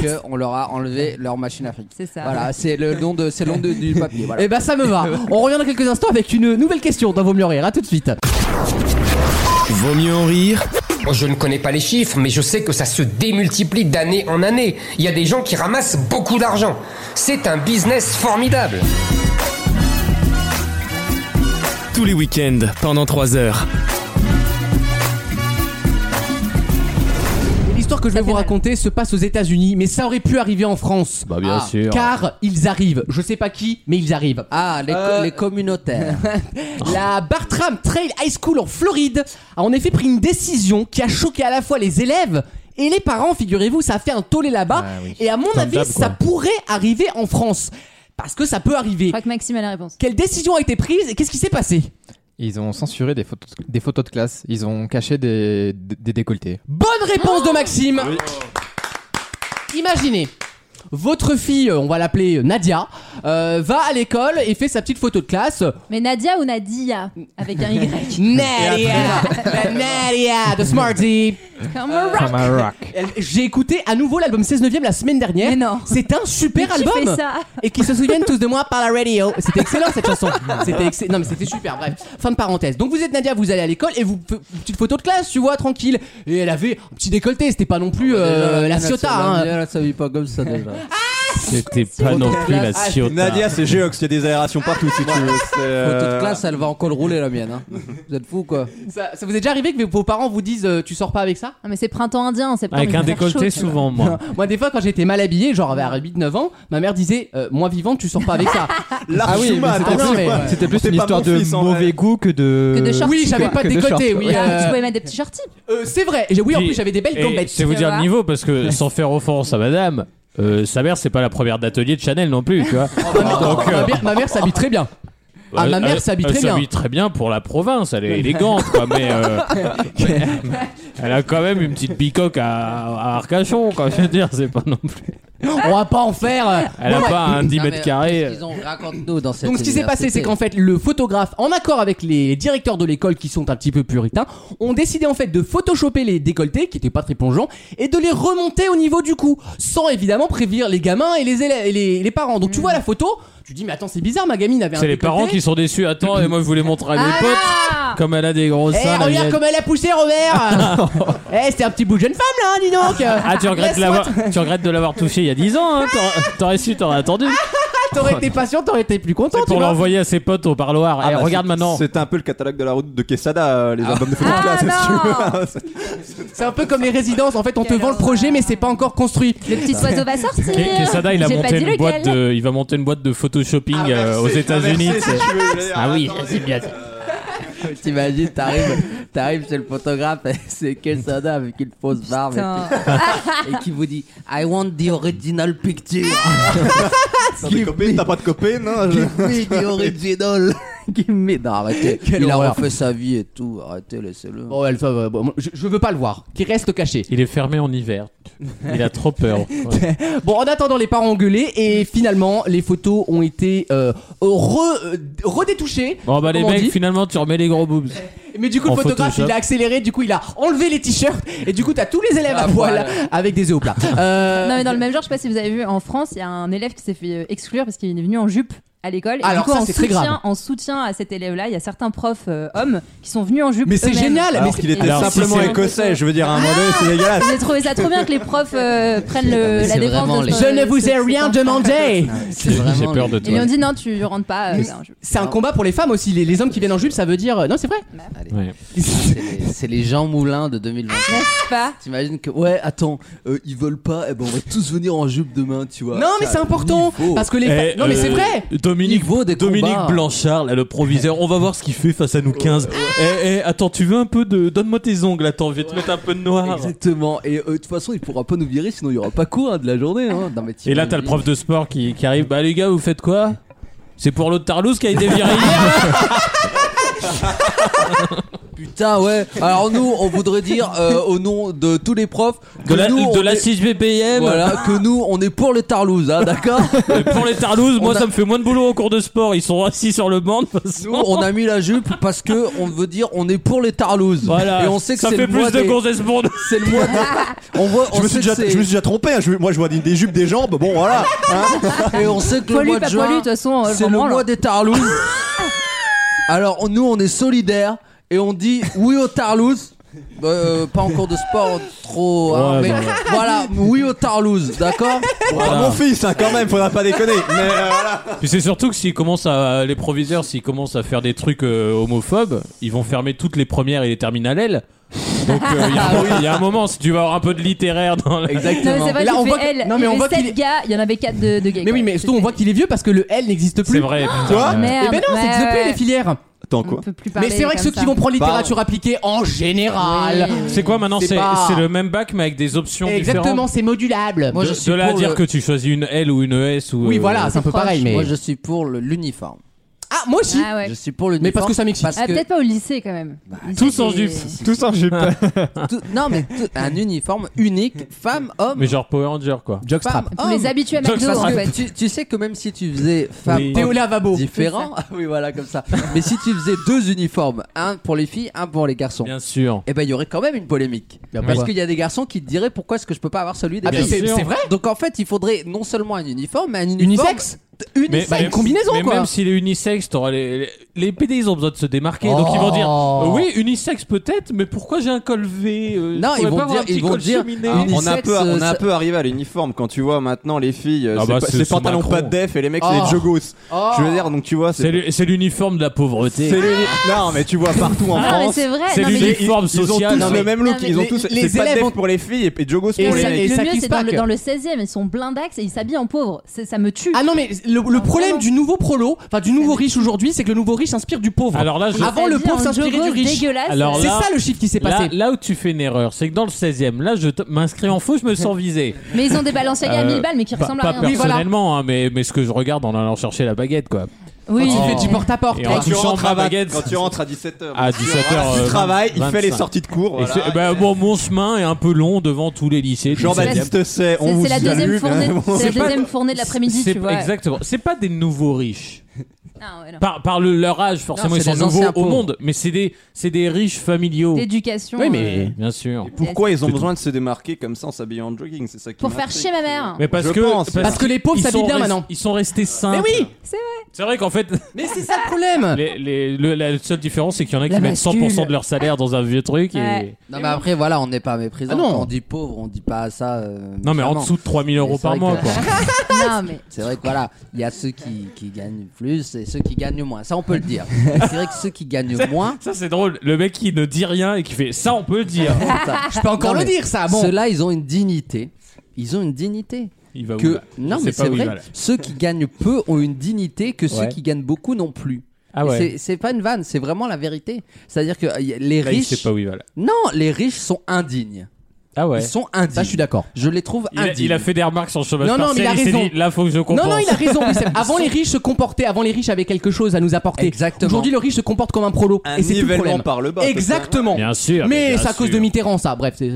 [SPEAKER 4] puisque on leur a enlevé leur machine à fric.
[SPEAKER 3] C'est ça.
[SPEAKER 4] Voilà, c'est le nom de c'est le nom de- du papier. Voilà.
[SPEAKER 1] Eh ben ça
[SPEAKER 3] [laughs]
[SPEAKER 1] me va. On revient dans quelques instants avec une nouvelle question dans Vaut mieux rire. À tout de suite.
[SPEAKER 7] Vaut mieux en rire
[SPEAKER 9] Bon, je ne connais pas les chiffres, mais je sais que ça se démultiplie d'année en année. Il y a des gens qui ramassent beaucoup d'argent. C'est un business formidable.
[SPEAKER 7] tous les week-ends pendant 3 heures.
[SPEAKER 1] L'histoire que je vais
[SPEAKER 3] fait
[SPEAKER 1] vous
[SPEAKER 3] mal.
[SPEAKER 1] raconter se passe aux États-Unis, mais ça aurait pu arriver en France.
[SPEAKER 5] Bah, bien
[SPEAKER 4] Ah,
[SPEAKER 5] sûr.
[SPEAKER 1] Car ils arrivent. Je sais pas qui, mais ils arrivent.
[SPEAKER 4] Ah, les, co-
[SPEAKER 1] Euh,
[SPEAKER 4] les communautaires.
[SPEAKER 1] [laughs] La Bartram Trail High School en Floride a en effet pris une décision qui a choqué à la fois les élèves et les parents, figurez-vous, ça a fait un tollé là-bas.
[SPEAKER 5] Ah
[SPEAKER 1] Et à mon
[SPEAKER 5] Comme
[SPEAKER 1] avis,
[SPEAKER 5] d'hab, quoi.
[SPEAKER 1] ça pourrait arriver en France. Parce que ça peut
[SPEAKER 3] Je
[SPEAKER 1] arriver.
[SPEAKER 3] crois que Maxime a la réponse.
[SPEAKER 1] Quelle décision a été prise et qu'est-ce qui s'est passé
[SPEAKER 2] Ils ont censuré des photos, des photos de classe. Ils ont caché des, des, des décolletés.
[SPEAKER 1] Bonne réponse de Maxime Imaginez, votre fille, euh, on va l'appeler Nadia, euh, va à l'école et fait sa petite photo de classe.
[SPEAKER 3] Mais Nadia ou Nadia Avec un Y.
[SPEAKER 5] [laughs]
[SPEAKER 1] Nadia
[SPEAKER 4] [laughs]
[SPEAKER 1] la Nadia de Smarty
[SPEAKER 3] Comme un
[SPEAKER 5] Euh,
[SPEAKER 3] rock.
[SPEAKER 2] Comme un rock.
[SPEAKER 1] Elle- J'ai écouté à nouveau l'album 16 9 la semaine dernière.
[SPEAKER 3] Mais non.
[SPEAKER 1] C'est un super
[SPEAKER 3] Mais qui
[SPEAKER 1] album
[SPEAKER 3] fait ça
[SPEAKER 1] et qui se souviennent tous de moi par la radio. C'était excellent cette chanson. C'était excellent. Non mais c'était super. Bref, fin de parenthèse. Donc vous êtes Nadia, vous allez à l'école et vous f- une petite photo de classe, tu vois, tranquille. Et elle avait un petit décolleté. C'était pas non plus euh, la ciota. hein.
[SPEAKER 4] Là, ça vit pas comme ça déjà.
[SPEAKER 1] [laughs]
[SPEAKER 5] C'était pas Ah, non plus la
[SPEAKER 1] Ah,
[SPEAKER 5] ciota.
[SPEAKER 6] Nadia, c'est Géox, il y a des aérations partout si tu veux. c'est, euh,
[SPEAKER 4] Photo de classe, elle va en col roulé la mienne. hein. Vous êtes fous quoi
[SPEAKER 1] Ça, ça vous est déjà arrivé que vos parents vous disent euh, tu sors pas avec ça
[SPEAKER 3] Non, mais c'est printemps indien en septembre.
[SPEAKER 5] Avec
[SPEAKER 3] il
[SPEAKER 5] un
[SPEAKER 3] va faire
[SPEAKER 5] décolleté
[SPEAKER 3] chaud.
[SPEAKER 5] souvent, moi.
[SPEAKER 1] Moi des fois quand j'étais mal habillé, genre vers 8-9 ans, ma mère disait euh, moi vivante tu sors pas
[SPEAKER 5] [laughs]
[SPEAKER 1] avec ça.
[SPEAKER 6] Lars
[SPEAKER 2] Ah oui, mais
[SPEAKER 6] Schumann,
[SPEAKER 2] c'était
[SPEAKER 1] non,
[SPEAKER 6] attention,
[SPEAKER 1] mais-
[SPEAKER 6] quoi.
[SPEAKER 2] C'était plus
[SPEAKER 6] C'était
[SPEAKER 2] une
[SPEAKER 6] pas
[SPEAKER 2] histoire
[SPEAKER 6] mon
[SPEAKER 2] de
[SPEAKER 6] fils, en
[SPEAKER 2] mauvais
[SPEAKER 6] vrai.
[SPEAKER 2] goût que de.
[SPEAKER 3] Que de shorts.
[SPEAKER 1] oui
[SPEAKER 3] Sorti, quoi,
[SPEAKER 1] j'avais pas de
[SPEAKER 2] que de
[SPEAKER 1] décolleté.
[SPEAKER 2] short,
[SPEAKER 1] Oui,
[SPEAKER 3] Et alors,
[SPEAKER 1] euh,
[SPEAKER 3] Tu pouvais mettre des petits shorties.
[SPEAKER 1] euh, c'est vrai. Et j'ai- Oui en
[SPEAKER 5] Puis-
[SPEAKER 1] plus j'avais des belles
[SPEAKER 5] et
[SPEAKER 1] gambettes.
[SPEAKER 5] C'est vous
[SPEAKER 3] tu
[SPEAKER 5] dire
[SPEAKER 3] vois.
[SPEAKER 5] le niveau, parce que sans faire offense à madame, euh, sa mère, c'est pas la première d'atelier de Chanel non plus, tu vois. Donc, euh,
[SPEAKER 1] Ma mère- ma mère s'habille très bien. [laughs] Ah, ma mère
[SPEAKER 5] elle-
[SPEAKER 1] s'habille très
[SPEAKER 5] elle
[SPEAKER 1] bien.
[SPEAKER 5] s'habille très bien pour la province, elle est élégante, quoi, mais,
[SPEAKER 1] [laughs]
[SPEAKER 5] euh, mais- elle a quand même une petite bicoque à, à Arcachon, quoi. Je veux dire, c'est pas non plus.
[SPEAKER 1] On va pas en faire. euh,
[SPEAKER 5] Elle a
[SPEAKER 1] bon,
[SPEAKER 5] pas
[SPEAKER 1] bah,
[SPEAKER 5] un 10
[SPEAKER 4] Non, mais,
[SPEAKER 5] mètres carrés.
[SPEAKER 4] qu'est-ce qu'ils ont raconte-nous dans cette
[SPEAKER 1] Donc ce qui s'est passé, c'est qu'en fait le photographe, en accord avec les directeurs de l'école qui sont un petit peu puritains, ont décidé en fait de photoshopper les décolletés qui étaient pas très plongeants et de les remonter au niveau du cou, sans évidemment prévenir les gamins et les élèves et les, les parents. Donc tu
[SPEAKER 5] Mm.
[SPEAKER 1] vois la photo, tu dis mais attends c'est bizarre, ma gamine avait un.
[SPEAKER 5] C'est les
[SPEAKER 1] décolleté.
[SPEAKER 5] parents qui sont déçus. Attends,
[SPEAKER 1] [laughs]
[SPEAKER 5] et moi je voulais montrer à mes
[SPEAKER 3] Ah là
[SPEAKER 5] potes comme elle a des gros
[SPEAKER 1] Eh,
[SPEAKER 5] seins. la
[SPEAKER 1] regarde
[SPEAKER 5] mienne.
[SPEAKER 1] comme elle a poussé Robert.
[SPEAKER 5] [laughs]
[SPEAKER 1] Eh c'était un petit bout de jeune femme là, hein, dis donc.
[SPEAKER 5] Ah, tu regrettes, de
[SPEAKER 1] Laisse-moi
[SPEAKER 5] l'avoir- tu regrettes de l'avoir touché il y a 10 ans, hein. t'aurais- T'aurais su, t'aurais attendu.
[SPEAKER 1] T'aurais été patient, t'aurais été plus content.
[SPEAKER 5] C'est
[SPEAKER 1] Ah, tu
[SPEAKER 5] pour
[SPEAKER 1] vois.
[SPEAKER 5] l'envoyer à ses potes au parloir.
[SPEAKER 6] Ah,
[SPEAKER 5] Eh,
[SPEAKER 6] bah,
[SPEAKER 5] regarde
[SPEAKER 6] c'est-
[SPEAKER 5] maintenant.
[SPEAKER 6] C'était un peu le catalogue de la route de Quesada, euh, les albums de photos
[SPEAKER 3] Ah,
[SPEAKER 6] de classe, si tu veux.
[SPEAKER 3] non.
[SPEAKER 6] [laughs]
[SPEAKER 1] C'est un peu comme les résidences. En fait, on te
[SPEAKER 3] Quelle
[SPEAKER 1] vend le projet, mais c'est pas encore construit.
[SPEAKER 3] Le petit oiseau va sortir.
[SPEAKER 5] Ke- Quesada, il a
[SPEAKER 3] J'ai pas
[SPEAKER 5] monté
[SPEAKER 3] dit
[SPEAKER 5] une boîte
[SPEAKER 3] lequel.
[SPEAKER 5] de, il va
[SPEAKER 6] Ah,
[SPEAKER 5] monter une boîte de photoshopping euh, aux
[SPEAKER 6] Inversé, [laughs]
[SPEAKER 5] États-Unis.
[SPEAKER 6] inversé, si tu veux, je veux dire,
[SPEAKER 5] Ah oui,
[SPEAKER 6] attendez.
[SPEAKER 5] c'est bien.
[SPEAKER 4] [laughs] T'imagines, t'arrives, t'arrives chez le photographe, et [laughs] c'est quel soda avec une fausse barbe et,
[SPEAKER 3] Putain.
[SPEAKER 4] et qui vous dit I want the original picture.
[SPEAKER 6] T'as des copines, t'as pas de copines, hein je-
[SPEAKER 1] [laughs]
[SPEAKER 4] Give me the original. Give me. Non, arrêtez.
[SPEAKER 1] Quelle
[SPEAKER 4] Il a
[SPEAKER 1] horreur.
[SPEAKER 4] refait sa vie et tout. Arrêtez, laissez-le.
[SPEAKER 1] Bon, elle, ça va, euh, bon, moi, je, je veux pas le voir, qu'il reste caché.
[SPEAKER 10] Il est fermé en hiver. Il a trop peur. Ouais.
[SPEAKER 1] Bon, en attendant, les parents ont gueulé et finalement, les photos ont été euh, re- euh, redétouchées.
[SPEAKER 10] Bon, bah, les
[SPEAKER 1] Comment on
[SPEAKER 10] mecs,
[SPEAKER 1] dit
[SPEAKER 10] finalement, tu remets les gros boobs.
[SPEAKER 1] Mais du coup,
[SPEAKER 10] En
[SPEAKER 1] le photographe,
[SPEAKER 10] Photoshop.
[SPEAKER 1] il a accéléré, du coup, il a enlevé les t-shirts et du coup, t'as tous les élèves
[SPEAKER 4] Ah,
[SPEAKER 1] à poil
[SPEAKER 4] voilà.
[SPEAKER 1] avec des œufs au plat. Euh,
[SPEAKER 3] Non mais dans le même genre, je sais pas si vous avez vu, en France, il y a un élève qui s'est fait euh, exclure parce qu'il est venu en jupe à l'école. Et
[SPEAKER 1] Alors
[SPEAKER 3] du coup,
[SPEAKER 1] ça,
[SPEAKER 3] en
[SPEAKER 1] c'est très grave.
[SPEAKER 3] soutien, en soutien à cet élève-là, il y a certains profs euh, hommes qui sont venus en jupe.
[SPEAKER 1] mais c'est
[SPEAKER 3] eux-mêmes.
[SPEAKER 1] génial!
[SPEAKER 6] Alors
[SPEAKER 1] mais
[SPEAKER 6] qu'il
[SPEAKER 1] c'est-
[SPEAKER 6] était
[SPEAKER 10] Alors, si
[SPEAKER 6] simplement
[SPEAKER 10] c'est-
[SPEAKER 6] écossais, je veux dire, à un moment donné, c'est dégueulasse.
[SPEAKER 3] J'ai trouvé ça trop bien que les profs euh, prennent le-
[SPEAKER 4] mais
[SPEAKER 3] la
[SPEAKER 4] c'est
[SPEAKER 3] défense
[SPEAKER 4] vraiment
[SPEAKER 3] de
[SPEAKER 4] les-
[SPEAKER 1] Je ne vous ai rien demandé!
[SPEAKER 4] [laughs] C'est
[SPEAKER 10] J'ai peur de
[SPEAKER 3] Ils lui
[SPEAKER 10] toi.
[SPEAKER 3] ont dit non, tu rentres pas. euh,
[SPEAKER 1] Mais
[SPEAKER 3] c'est un jupe.
[SPEAKER 1] C'est un combat pour les femmes aussi. Les, les hommes qui viennent en jupe, ça veut dire. euh, Non, [laughs] c'est vrai.
[SPEAKER 10] Ouais.
[SPEAKER 4] C'est les- C'est les Jean Moulin de 2020.
[SPEAKER 3] N'est-ce pas
[SPEAKER 4] T'imagines que ouais attends euh, ils veulent pas eh ben on va tous venir en jupe demain tu vois
[SPEAKER 1] non, mais c'est important parce que les.
[SPEAKER 5] Eh,
[SPEAKER 1] fa- Non, mais c'est
[SPEAKER 5] euh,
[SPEAKER 1] vrai.
[SPEAKER 5] Dominique,
[SPEAKER 4] Il vaut des
[SPEAKER 5] Dominique
[SPEAKER 4] combats.
[SPEAKER 5] Blanchard, là, le proviseur, on va voir ce qu'il fait face à nous 15. Eh, eh, attends, tu veux un peu de. Donne-moi tes ongles, attends, je vais te mettre un peu de noir.
[SPEAKER 4] exactement et euh, de toute façon il pourra pas nous virer sinon il y aura pas cours hein, de la journée hein. non, mais
[SPEAKER 5] Et là, t'as le prof de sport qui, qui arrive. Bah, les gars, vous faites quoi C'est pour l'autre Tarlouse qui a été viré hier
[SPEAKER 4] putain ouais alors nous on voudrait dire euh, au nom de tous les profs
[SPEAKER 5] De
[SPEAKER 4] que
[SPEAKER 5] la,
[SPEAKER 4] nous,
[SPEAKER 5] de
[SPEAKER 4] on
[SPEAKER 5] la
[SPEAKER 4] est-
[SPEAKER 5] 6 BPM
[SPEAKER 4] voilà que nous on est pour le Tarlouse hein,
[SPEAKER 5] [laughs]
[SPEAKER 4] d'accord
[SPEAKER 5] Et Pour les Tarlouses, moi,
[SPEAKER 4] On a-
[SPEAKER 5] ça me fait moins de boulot au cours de sport. Ils sont assis sur le banc de toute façon.
[SPEAKER 4] nous on a mis la jupe parce que on veut dire on est pour les Tarlouses
[SPEAKER 5] Voilà.
[SPEAKER 4] et on sait que
[SPEAKER 5] ça
[SPEAKER 4] c'est
[SPEAKER 5] fait
[SPEAKER 4] le
[SPEAKER 5] plus
[SPEAKER 4] mois
[SPEAKER 5] de
[SPEAKER 4] des-
[SPEAKER 5] gonzesses pour nous.
[SPEAKER 4] c'est le mois des-
[SPEAKER 5] [laughs]
[SPEAKER 4] on voit on
[SPEAKER 6] Je me,
[SPEAKER 4] sait
[SPEAKER 6] suis déjà,
[SPEAKER 4] que c'est-
[SPEAKER 6] je me suis déjà trompé, hein. Je- moi je vois des, des jupes, des jambes, bon voilà.
[SPEAKER 4] et on sait que le
[SPEAKER 3] Poilu,
[SPEAKER 4] mois de
[SPEAKER 3] pas
[SPEAKER 4] juin
[SPEAKER 3] poilu, de toute façon, euh,
[SPEAKER 4] C'est
[SPEAKER 3] j'en
[SPEAKER 4] le
[SPEAKER 3] branle.
[SPEAKER 4] mois des Tarlouses. [laughs] Alors on- nous, on est solidaires et on dit oui aux Tarlouses. Euh, pas en cours de sport trop. hein,
[SPEAKER 5] Ouais,
[SPEAKER 4] mais
[SPEAKER 5] bah
[SPEAKER 4] voilà, oui aux Tarlouses, d'accord
[SPEAKER 6] Ah, mon fils, hein, quand même, faudra pas déconner. Mais euh, voilà.
[SPEAKER 5] Puis c'est surtout que s'ils commencent à les proviseurs, s'ils commencent à faire des trucs euh, homophobes, ils vont fermer toutes les premières et les terminales. L. Donc euh, il y a un
[SPEAKER 4] Ah
[SPEAKER 5] moment- il y, a un moment, si tu vas avoir un peu de littéraire dans la...
[SPEAKER 3] Non, mais c'est vrai, j'ai
[SPEAKER 1] Là, on
[SPEAKER 3] fait
[SPEAKER 1] voit que-
[SPEAKER 3] elle.
[SPEAKER 1] non, mais
[SPEAKER 3] il
[SPEAKER 1] on
[SPEAKER 3] y
[SPEAKER 1] voit
[SPEAKER 3] avait
[SPEAKER 1] qu'il
[SPEAKER 3] 7 gars, il y en avait 4 de, de gays.
[SPEAKER 1] Mais oui,
[SPEAKER 3] quoi.
[SPEAKER 1] mais surtout, on voit qu'il est vieux parce que le L n'existe
[SPEAKER 5] C'est
[SPEAKER 1] plus.
[SPEAKER 5] vrai. putain.
[SPEAKER 6] Toi
[SPEAKER 1] Eh
[SPEAKER 3] Merde,
[SPEAKER 1] ben non, ça n'existe plus les filières.
[SPEAKER 6] Attends,
[SPEAKER 3] On
[SPEAKER 6] quoi
[SPEAKER 3] peut plus parler
[SPEAKER 1] Mais c'est vrai que
[SPEAKER 3] comme
[SPEAKER 1] ceux
[SPEAKER 3] ça.
[SPEAKER 1] qui vont prendre littérature appliquée en général.
[SPEAKER 3] Oui, oui.
[SPEAKER 5] C'est quoi maintenant
[SPEAKER 1] C'est
[SPEAKER 5] C'est
[SPEAKER 1] pas-
[SPEAKER 5] c'est le même bac mais avec des options
[SPEAKER 1] Exactement,
[SPEAKER 5] différentes.
[SPEAKER 1] c'est modulable.
[SPEAKER 4] Moi,
[SPEAKER 5] De,
[SPEAKER 4] je suis
[SPEAKER 5] de là à
[SPEAKER 4] pour
[SPEAKER 5] dire
[SPEAKER 4] le-
[SPEAKER 5] que tu choisis une L ou une S ou.
[SPEAKER 1] oui,
[SPEAKER 5] euh,
[SPEAKER 1] voilà, c'est un peu
[SPEAKER 3] proche.
[SPEAKER 1] pareil, mais.
[SPEAKER 4] Moi, je suis pour le- l'uniforme.
[SPEAKER 1] Ah, moi aussi.
[SPEAKER 3] Ah ouais.
[SPEAKER 4] Je suis pour l'uniforme.
[SPEAKER 1] Mais parce que ça m'excite.
[SPEAKER 4] parce
[SPEAKER 3] Ah,
[SPEAKER 4] que
[SPEAKER 3] Peut-être pas au lycée quand même.
[SPEAKER 5] Tous en jupe.
[SPEAKER 11] Tous en jupe.
[SPEAKER 4] tout- non, mais tout- un uniforme unique, femme, homme.
[SPEAKER 5] Mais genre Power Ranger quoi.
[SPEAKER 1] Jockstrap.
[SPEAKER 4] femme,
[SPEAKER 3] Pour les
[SPEAKER 4] homme.
[SPEAKER 3] habitués à
[SPEAKER 5] Donc,
[SPEAKER 3] McDo
[SPEAKER 5] ça
[SPEAKER 3] en
[SPEAKER 5] sera-
[SPEAKER 3] fait.
[SPEAKER 4] Tu, tu sais que même si tu faisais femme,
[SPEAKER 5] Oui.
[SPEAKER 4] homme,
[SPEAKER 1] Théo Lavabo.
[SPEAKER 4] différent, ah [laughs] oui voilà comme ça. Mais si tu faisais deux uniformes, un pour les filles, un pour les garçons,
[SPEAKER 5] Bien sûr.
[SPEAKER 4] eh ben il y aurait quand même une polémique. Parce qu'il y a des garçons qui te diraient pourquoi est-ce que je peux pas avoir celui des
[SPEAKER 1] Ah, mais
[SPEAKER 4] filles.
[SPEAKER 1] c'est
[SPEAKER 5] sûr.
[SPEAKER 1] c'est vrai
[SPEAKER 4] Donc en fait, il faudrait non seulement un uniforme, mais un uniforme
[SPEAKER 1] Unisex
[SPEAKER 4] unisex.
[SPEAKER 1] bah, une combinaison,
[SPEAKER 5] mais
[SPEAKER 1] quoi.
[SPEAKER 5] même s'il est unisexe, t'auras les, les, les PD ils ont besoin de se démarquer, donc ils vont dire
[SPEAKER 1] Oh.
[SPEAKER 5] euh, oui unisexe peut-être, mais pourquoi j'ai un col V euh, je
[SPEAKER 4] Non, ils
[SPEAKER 5] pourrais
[SPEAKER 4] vont
[SPEAKER 5] pas avoir
[SPEAKER 4] dire-
[SPEAKER 5] un petit
[SPEAKER 4] ils vont
[SPEAKER 5] col
[SPEAKER 4] dire-
[SPEAKER 5] cheminé
[SPEAKER 4] Ah,
[SPEAKER 6] on, a
[SPEAKER 4] Unisex,
[SPEAKER 6] peu, on a
[SPEAKER 4] ça-
[SPEAKER 6] un peu arrivé à l'uniforme quand tu vois maintenant les filles, euh,
[SPEAKER 5] Ah
[SPEAKER 6] c'est
[SPEAKER 5] bah,
[SPEAKER 6] pas-
[SPEAKER 5] c'est
[SPEAKER 6] c'est
[SPEAKER 5] sous
[SPEAKER 6] pantalon
[SPEAKER 5] Macron.
[SPEAKER 6] pas de def et les mecs c'est
[SPEAKER 1] Oh.
[SPEAKER 6] des jogos. Je veux dire, donc tu vois,
[SPEAKER 5] C'est
[SPEAKER 6] c'est.
[SPEAKER 5] l'u- c'est l'uniforme de la pauvreté.
[SPEAKER 6] c'est l'uni- Non, mais tu vois partout en
[SPEAKER 3] Ah, mais
[SPEAKER 6] France.
[SPEAKER 3] c'est vrai.
[SPEAKER 5] C'est
[SPEAKER 3] non, mais
[SPEAKER 5] l'unique.
[SPEAKER 6] Ils-
[SPEAKER 5] Forme
[SPEAKER 6] ils ont
[SPEAKER 5] sociale.
[SPEAKER 6] tous
[SPEAKER 5] Non,
[SPEAKER 6] le
[SPEAKER 5] mais-
[SPEAKER 6] même
[SPEAKER 3] non,
[SPEAKER 6] look,
[SPEAKER 3] mais
[SPEAKER 6] ils ont
[SPEAKER 1] les-
[SPEAKER 6] tous.
[SPEAKER 1] les
[SPEAKER 6] C'est pas
[SPEAKER 1] élèves
[SPEAKER 6] def
[SPEAKER 1] ont-
[SPEAKER 6] pour les filles et, et jogos
[SPEAKER 1] Et
[SPEAKER 6] pour les
[SPEAKER 1] ça-
[SPEAKER 6] mecs.
[SPEAKER 1] et-
[SPEAKER 3] Le mieux,
[SPEAKER 1] qui se
[SPEAKER 3] c'est dans le,
[SPEAKER 1] pack.
[SPEAKER 3] dans le 16e, ils sont blindax et ils s'habillent en pauvre. C'est- Ça me tue.
[SPEAKER 1] Ah non mais le, le problème du nouveau prolo, enfin du nouveau riche aujourd'hui, c'est que le nouveau riche s'inspire du pauvre.
[SPEAKER 5] Alors là, je-
[SPEAKER 1] avant le
[SPEAKER 3] S'habiller
[SPEAKER 1] pauvre
[SPEAKER 3] en
[SPEAKER 1] s'inspirait du
[SPEAKER 3] jogos
[SPEAKER 1] riche.
[SPEAKER 3] dégueulasse.
[SPEAKER 5] Alors
[SPEAKER 1] C'est
[SPEAKER 5] là-
[SPEAKER 1] ça le chiffre qui s'est
[SPEAKER 5] là,
[SPEAKER 1] passé.
[SPEAKER 5] là où tu fais une erreur, c'est que dans le 16e, là je te- m'inscris en faux, je me sens visé.
[SPEAKER 3] Mais ils ont des Balenciaga à
[SPEAKER 5] Euh,
[SPEAKER 3] 1000 balles, mais qui
[SPEAKER 5] Pas,
[SPEAKER 3] ressemblent
[SPEAKER 5] pas
[SPEAKER 3] à rien.
[SPEAKER 1] Oui, voilà.
[SPEAKER 5] personnellement, hein, mais, mais ce que je regarde en allant chercher la baguette quoi.
[SPEAKER 3] Oui,
[SPEAKER 1] Tu
[SPEAKER 5] Oh.
[SPEAKER 1] fais du porte à porte.
[SPEAKER 5] Et en
[SPEAKER 6] Quand tu
[SPEAKER 5] touchant
[SPEAKER 6] rentres
[SPEAKER 5] ma
[SPEAKER 6] à vingt-
[SPEAKER 5] baguette.
[SPEAKER 6] quand tu rentres à 17h.
[SPEAKER 5] À 17h,
[SPEAKER 6] Il
[SPEAKER 5] euh,
[SPEAKER 6] travaille, il fait
[SPEAKER 5] 25.
[SPEAKER 6] les sorties de cours.
[SPEAKER 5] Et
[SPEAKER 6] voilà.
[SPEAKER 5] c'est- bah, bon, mon chemin est un peu long devant tous les lycées. du 16e.
[SPEAKER 6] Jean-Baptiste sait, on
[SPEAKER 3] C'est
[SPEAKER 6] vous
[SPEAKER 3] c'est la
[SPEAKER 6] salue,
[SPEAKER 3] deuxième
[SPEAKER 6] mais
[SPEAKER 3] fournée,
[SPEAKER 6] bon.
[SPEAKER 3] c'est la
[SPEAKER 5] C'est pas-
[SPEAKER 3] deuxième fournée de l'après-midi,
[SPEAKER 5] C'est-
[SPEAKER 3] tu vois.
[SPEAKER 5] Exactement. C'est pas des nouveaux riches.
[SPEAKER 3] Ah, ouais, non.
[SPEAKER 5] Par, par le- leur âge, forcément,
[SPEAKER 4] Non,
[SPEAKER 5] ils
[SPEAKER 4] c'est
[SPEAKER 5] sont
[SPEAKER 4] des
[SPEAKER 5] nouveaux
[SPEAKER 4] anciens
[SPEAKER 5] au
[SPEAKER 4] pauvres.
[SPEAKER 5] monde, mais c'est des, c'est des riches familiaux.
[SPEAKER 3] L'éducation.
[SPEAKER 1] Oui, mais-
[SPEAKER 3] euh,
[SPEAKER 5] Bien sûr.
[SPEAKER 6] Pourquoi ils ont
[SPEAKER 5] C'est
[SPEAKER 6] besoin de se démarquer comme ça en s'habillant en jogging C'est ça qui
[SPEAKER 3] Pour faire
[SPEAKER 6] m'intrigue.
[SPEAKER 3] chier ma mère.
[SPEAKER 5] Mais parce
[SPEAKER 6] Je
[SPEAKER 5] que,
[SPEAKER 6] pense.
[SPEAKER 1] Parce que les pauvres
[SPEAKER 5] ils
[SPEAKER 1] s'habillent
[SPEAKER 5] sont
[SPEAKER 1] bien
[SPEAKER 5] res-
[SPEAKER 1] maintenant.
[SPEAKER 5] Ils sont restés
[SPEAKER 1] Mais
[SPEAKER 5] simples.
[SPEAKER 1] oui,
[SPEAKER 5] C'est vrai qu'en fait, [laughs]
[SPEAKER 1] mais c'est ça le problème.
[SPEAKER 5] les- les- le- la seule différence, c'est qu'il y en a qui
[SPEAKER 3] La
[SPEAKER 5] mettent 100%
[SPEAKER 3] bascule.
[SPEAKER 5] de leur salaire dans un vieux truc. Et...
[SPEAKER 3] Ouais.
[SPEAKER 4] Non mais après voilà, on n'est pas méprisant.
[SPEAKER 1] Ah non.
[SPEAKER 4] Quand on dit pauvre, on dit pas ça. euh,
[SPEAKER 5] Non, mais en
[SPEAKER 4] méchamment.
[SPEAKER 5] dessous de 3000 euros
[SPEAKER 4] Mais c'est
[SPEAKER 5] par
[SPEAKER 4] vrai
[SPEAKER 5] mois,
[SPEAKER 4] que-
[SPEAKER 5] quoi.
[SPEAKER 3] Non, mais.
[SPEAKER 4] [laughs] C'est vrai que voilà, il y a ceux qui, qui gagnent plus et ceux qui gagnent moins. Ça on peut le
[SPEAKER 1] [laughs]
[SPEAKER 4] dire. C'est vrai que ceux qui gagnent moins,
[SPEAKER 5] Ça, c'est drôle. Le mec qui ne dit rien et qui fait ça, on peut le dire.
[SPEAKER 1] Je peux encore
[SPEAKER 4] Non,
[SPEAKER 1] le
[SPEAKER 4] mais
[SPEAKER 1] dire ça. Bon,
[SPEAKER 4] ceux-là ils ont une dignité. Ils ont une dignité.
[SPEAKER 5] Il va où,
[SPEAKER 4] que
[SPEAKER 5] là bah, Je
[SPEAKER 4] non
[SPEAKER 5] sais
[SPEAKER 4] mais
[SPEAKER 5] pas
[SPEAKER 4] c'est
[SPEAKER 5] où il
[SPEAKER 4] vrai
[SPEAKER 5] va, là.
[SPEAKER 4] ceux qui gagnent peu ont une dignité que ceux
[SPEAKER 5] Ouais.
[SPEAKER 4] qui gagnent beaucoup n'ont plus
[SPEAKER 5] Ah
[SPEAKER 4] Et
[SPEAKER 5] ouais.
[SPEAKER 4] c'est- C'est pas une vanne, c'est vraiment la vérité. C'est-à-dire que euh, y a- les
[SPEAKER 5] Là, il
[SPEAKER 4] riches.
[SPEAKER 5] sait pas où il va là.
[SPEAKER 4] Non, les riches sont indignes.
[SPEAKER 5] Ah ouais.
[SPEAKER 4] Ils sont indignes.
[SPEAKER 1] Ça, je suis d'accord.
[SPEAKER 4] Je les trouve
[SPEAKER 5] Il a,
[SPEAKER 4] indignes.
[SPEAKER 5] il a fait des remarques sur le chômage
[SPEAKER 1] Non, non, mais
[SPEAKER 5] partiel.
[SPEAKER 1] il a
[SPEAKER 5] s'est
[SPEAKER 1] raison.
[SPEAKER 5] dit, là, faut que je compense.
[SPEAKER 1] Non, non, il a raison. mais c'est- avant, les riches se comportaient, avant, les riches avaient quelque chose à nous apporter.
[SPEAKER 4] Exactement.
[SPEAKER 1] Aujourd'hui, le riche se comporte comme un prolo.
[SPEAKER 6] Un
[SPEAKER 1] et c'est tout le
[SPEAKER 6] nivellement Bah,
[SPEAKER 1] problème.
[SPEAKER 6] par le bas.
[SPEAKER 1] Exactement.
[SPEAKER 5] Bien sûr.
[SPEAKER 1] Mais
[SPEAKER 5] bien
[SPEAKER 1] c'est à cause de
[SPEAKER 5] sûr.
[SPEAKER 1] Mitterrand, ça. Bref, c'est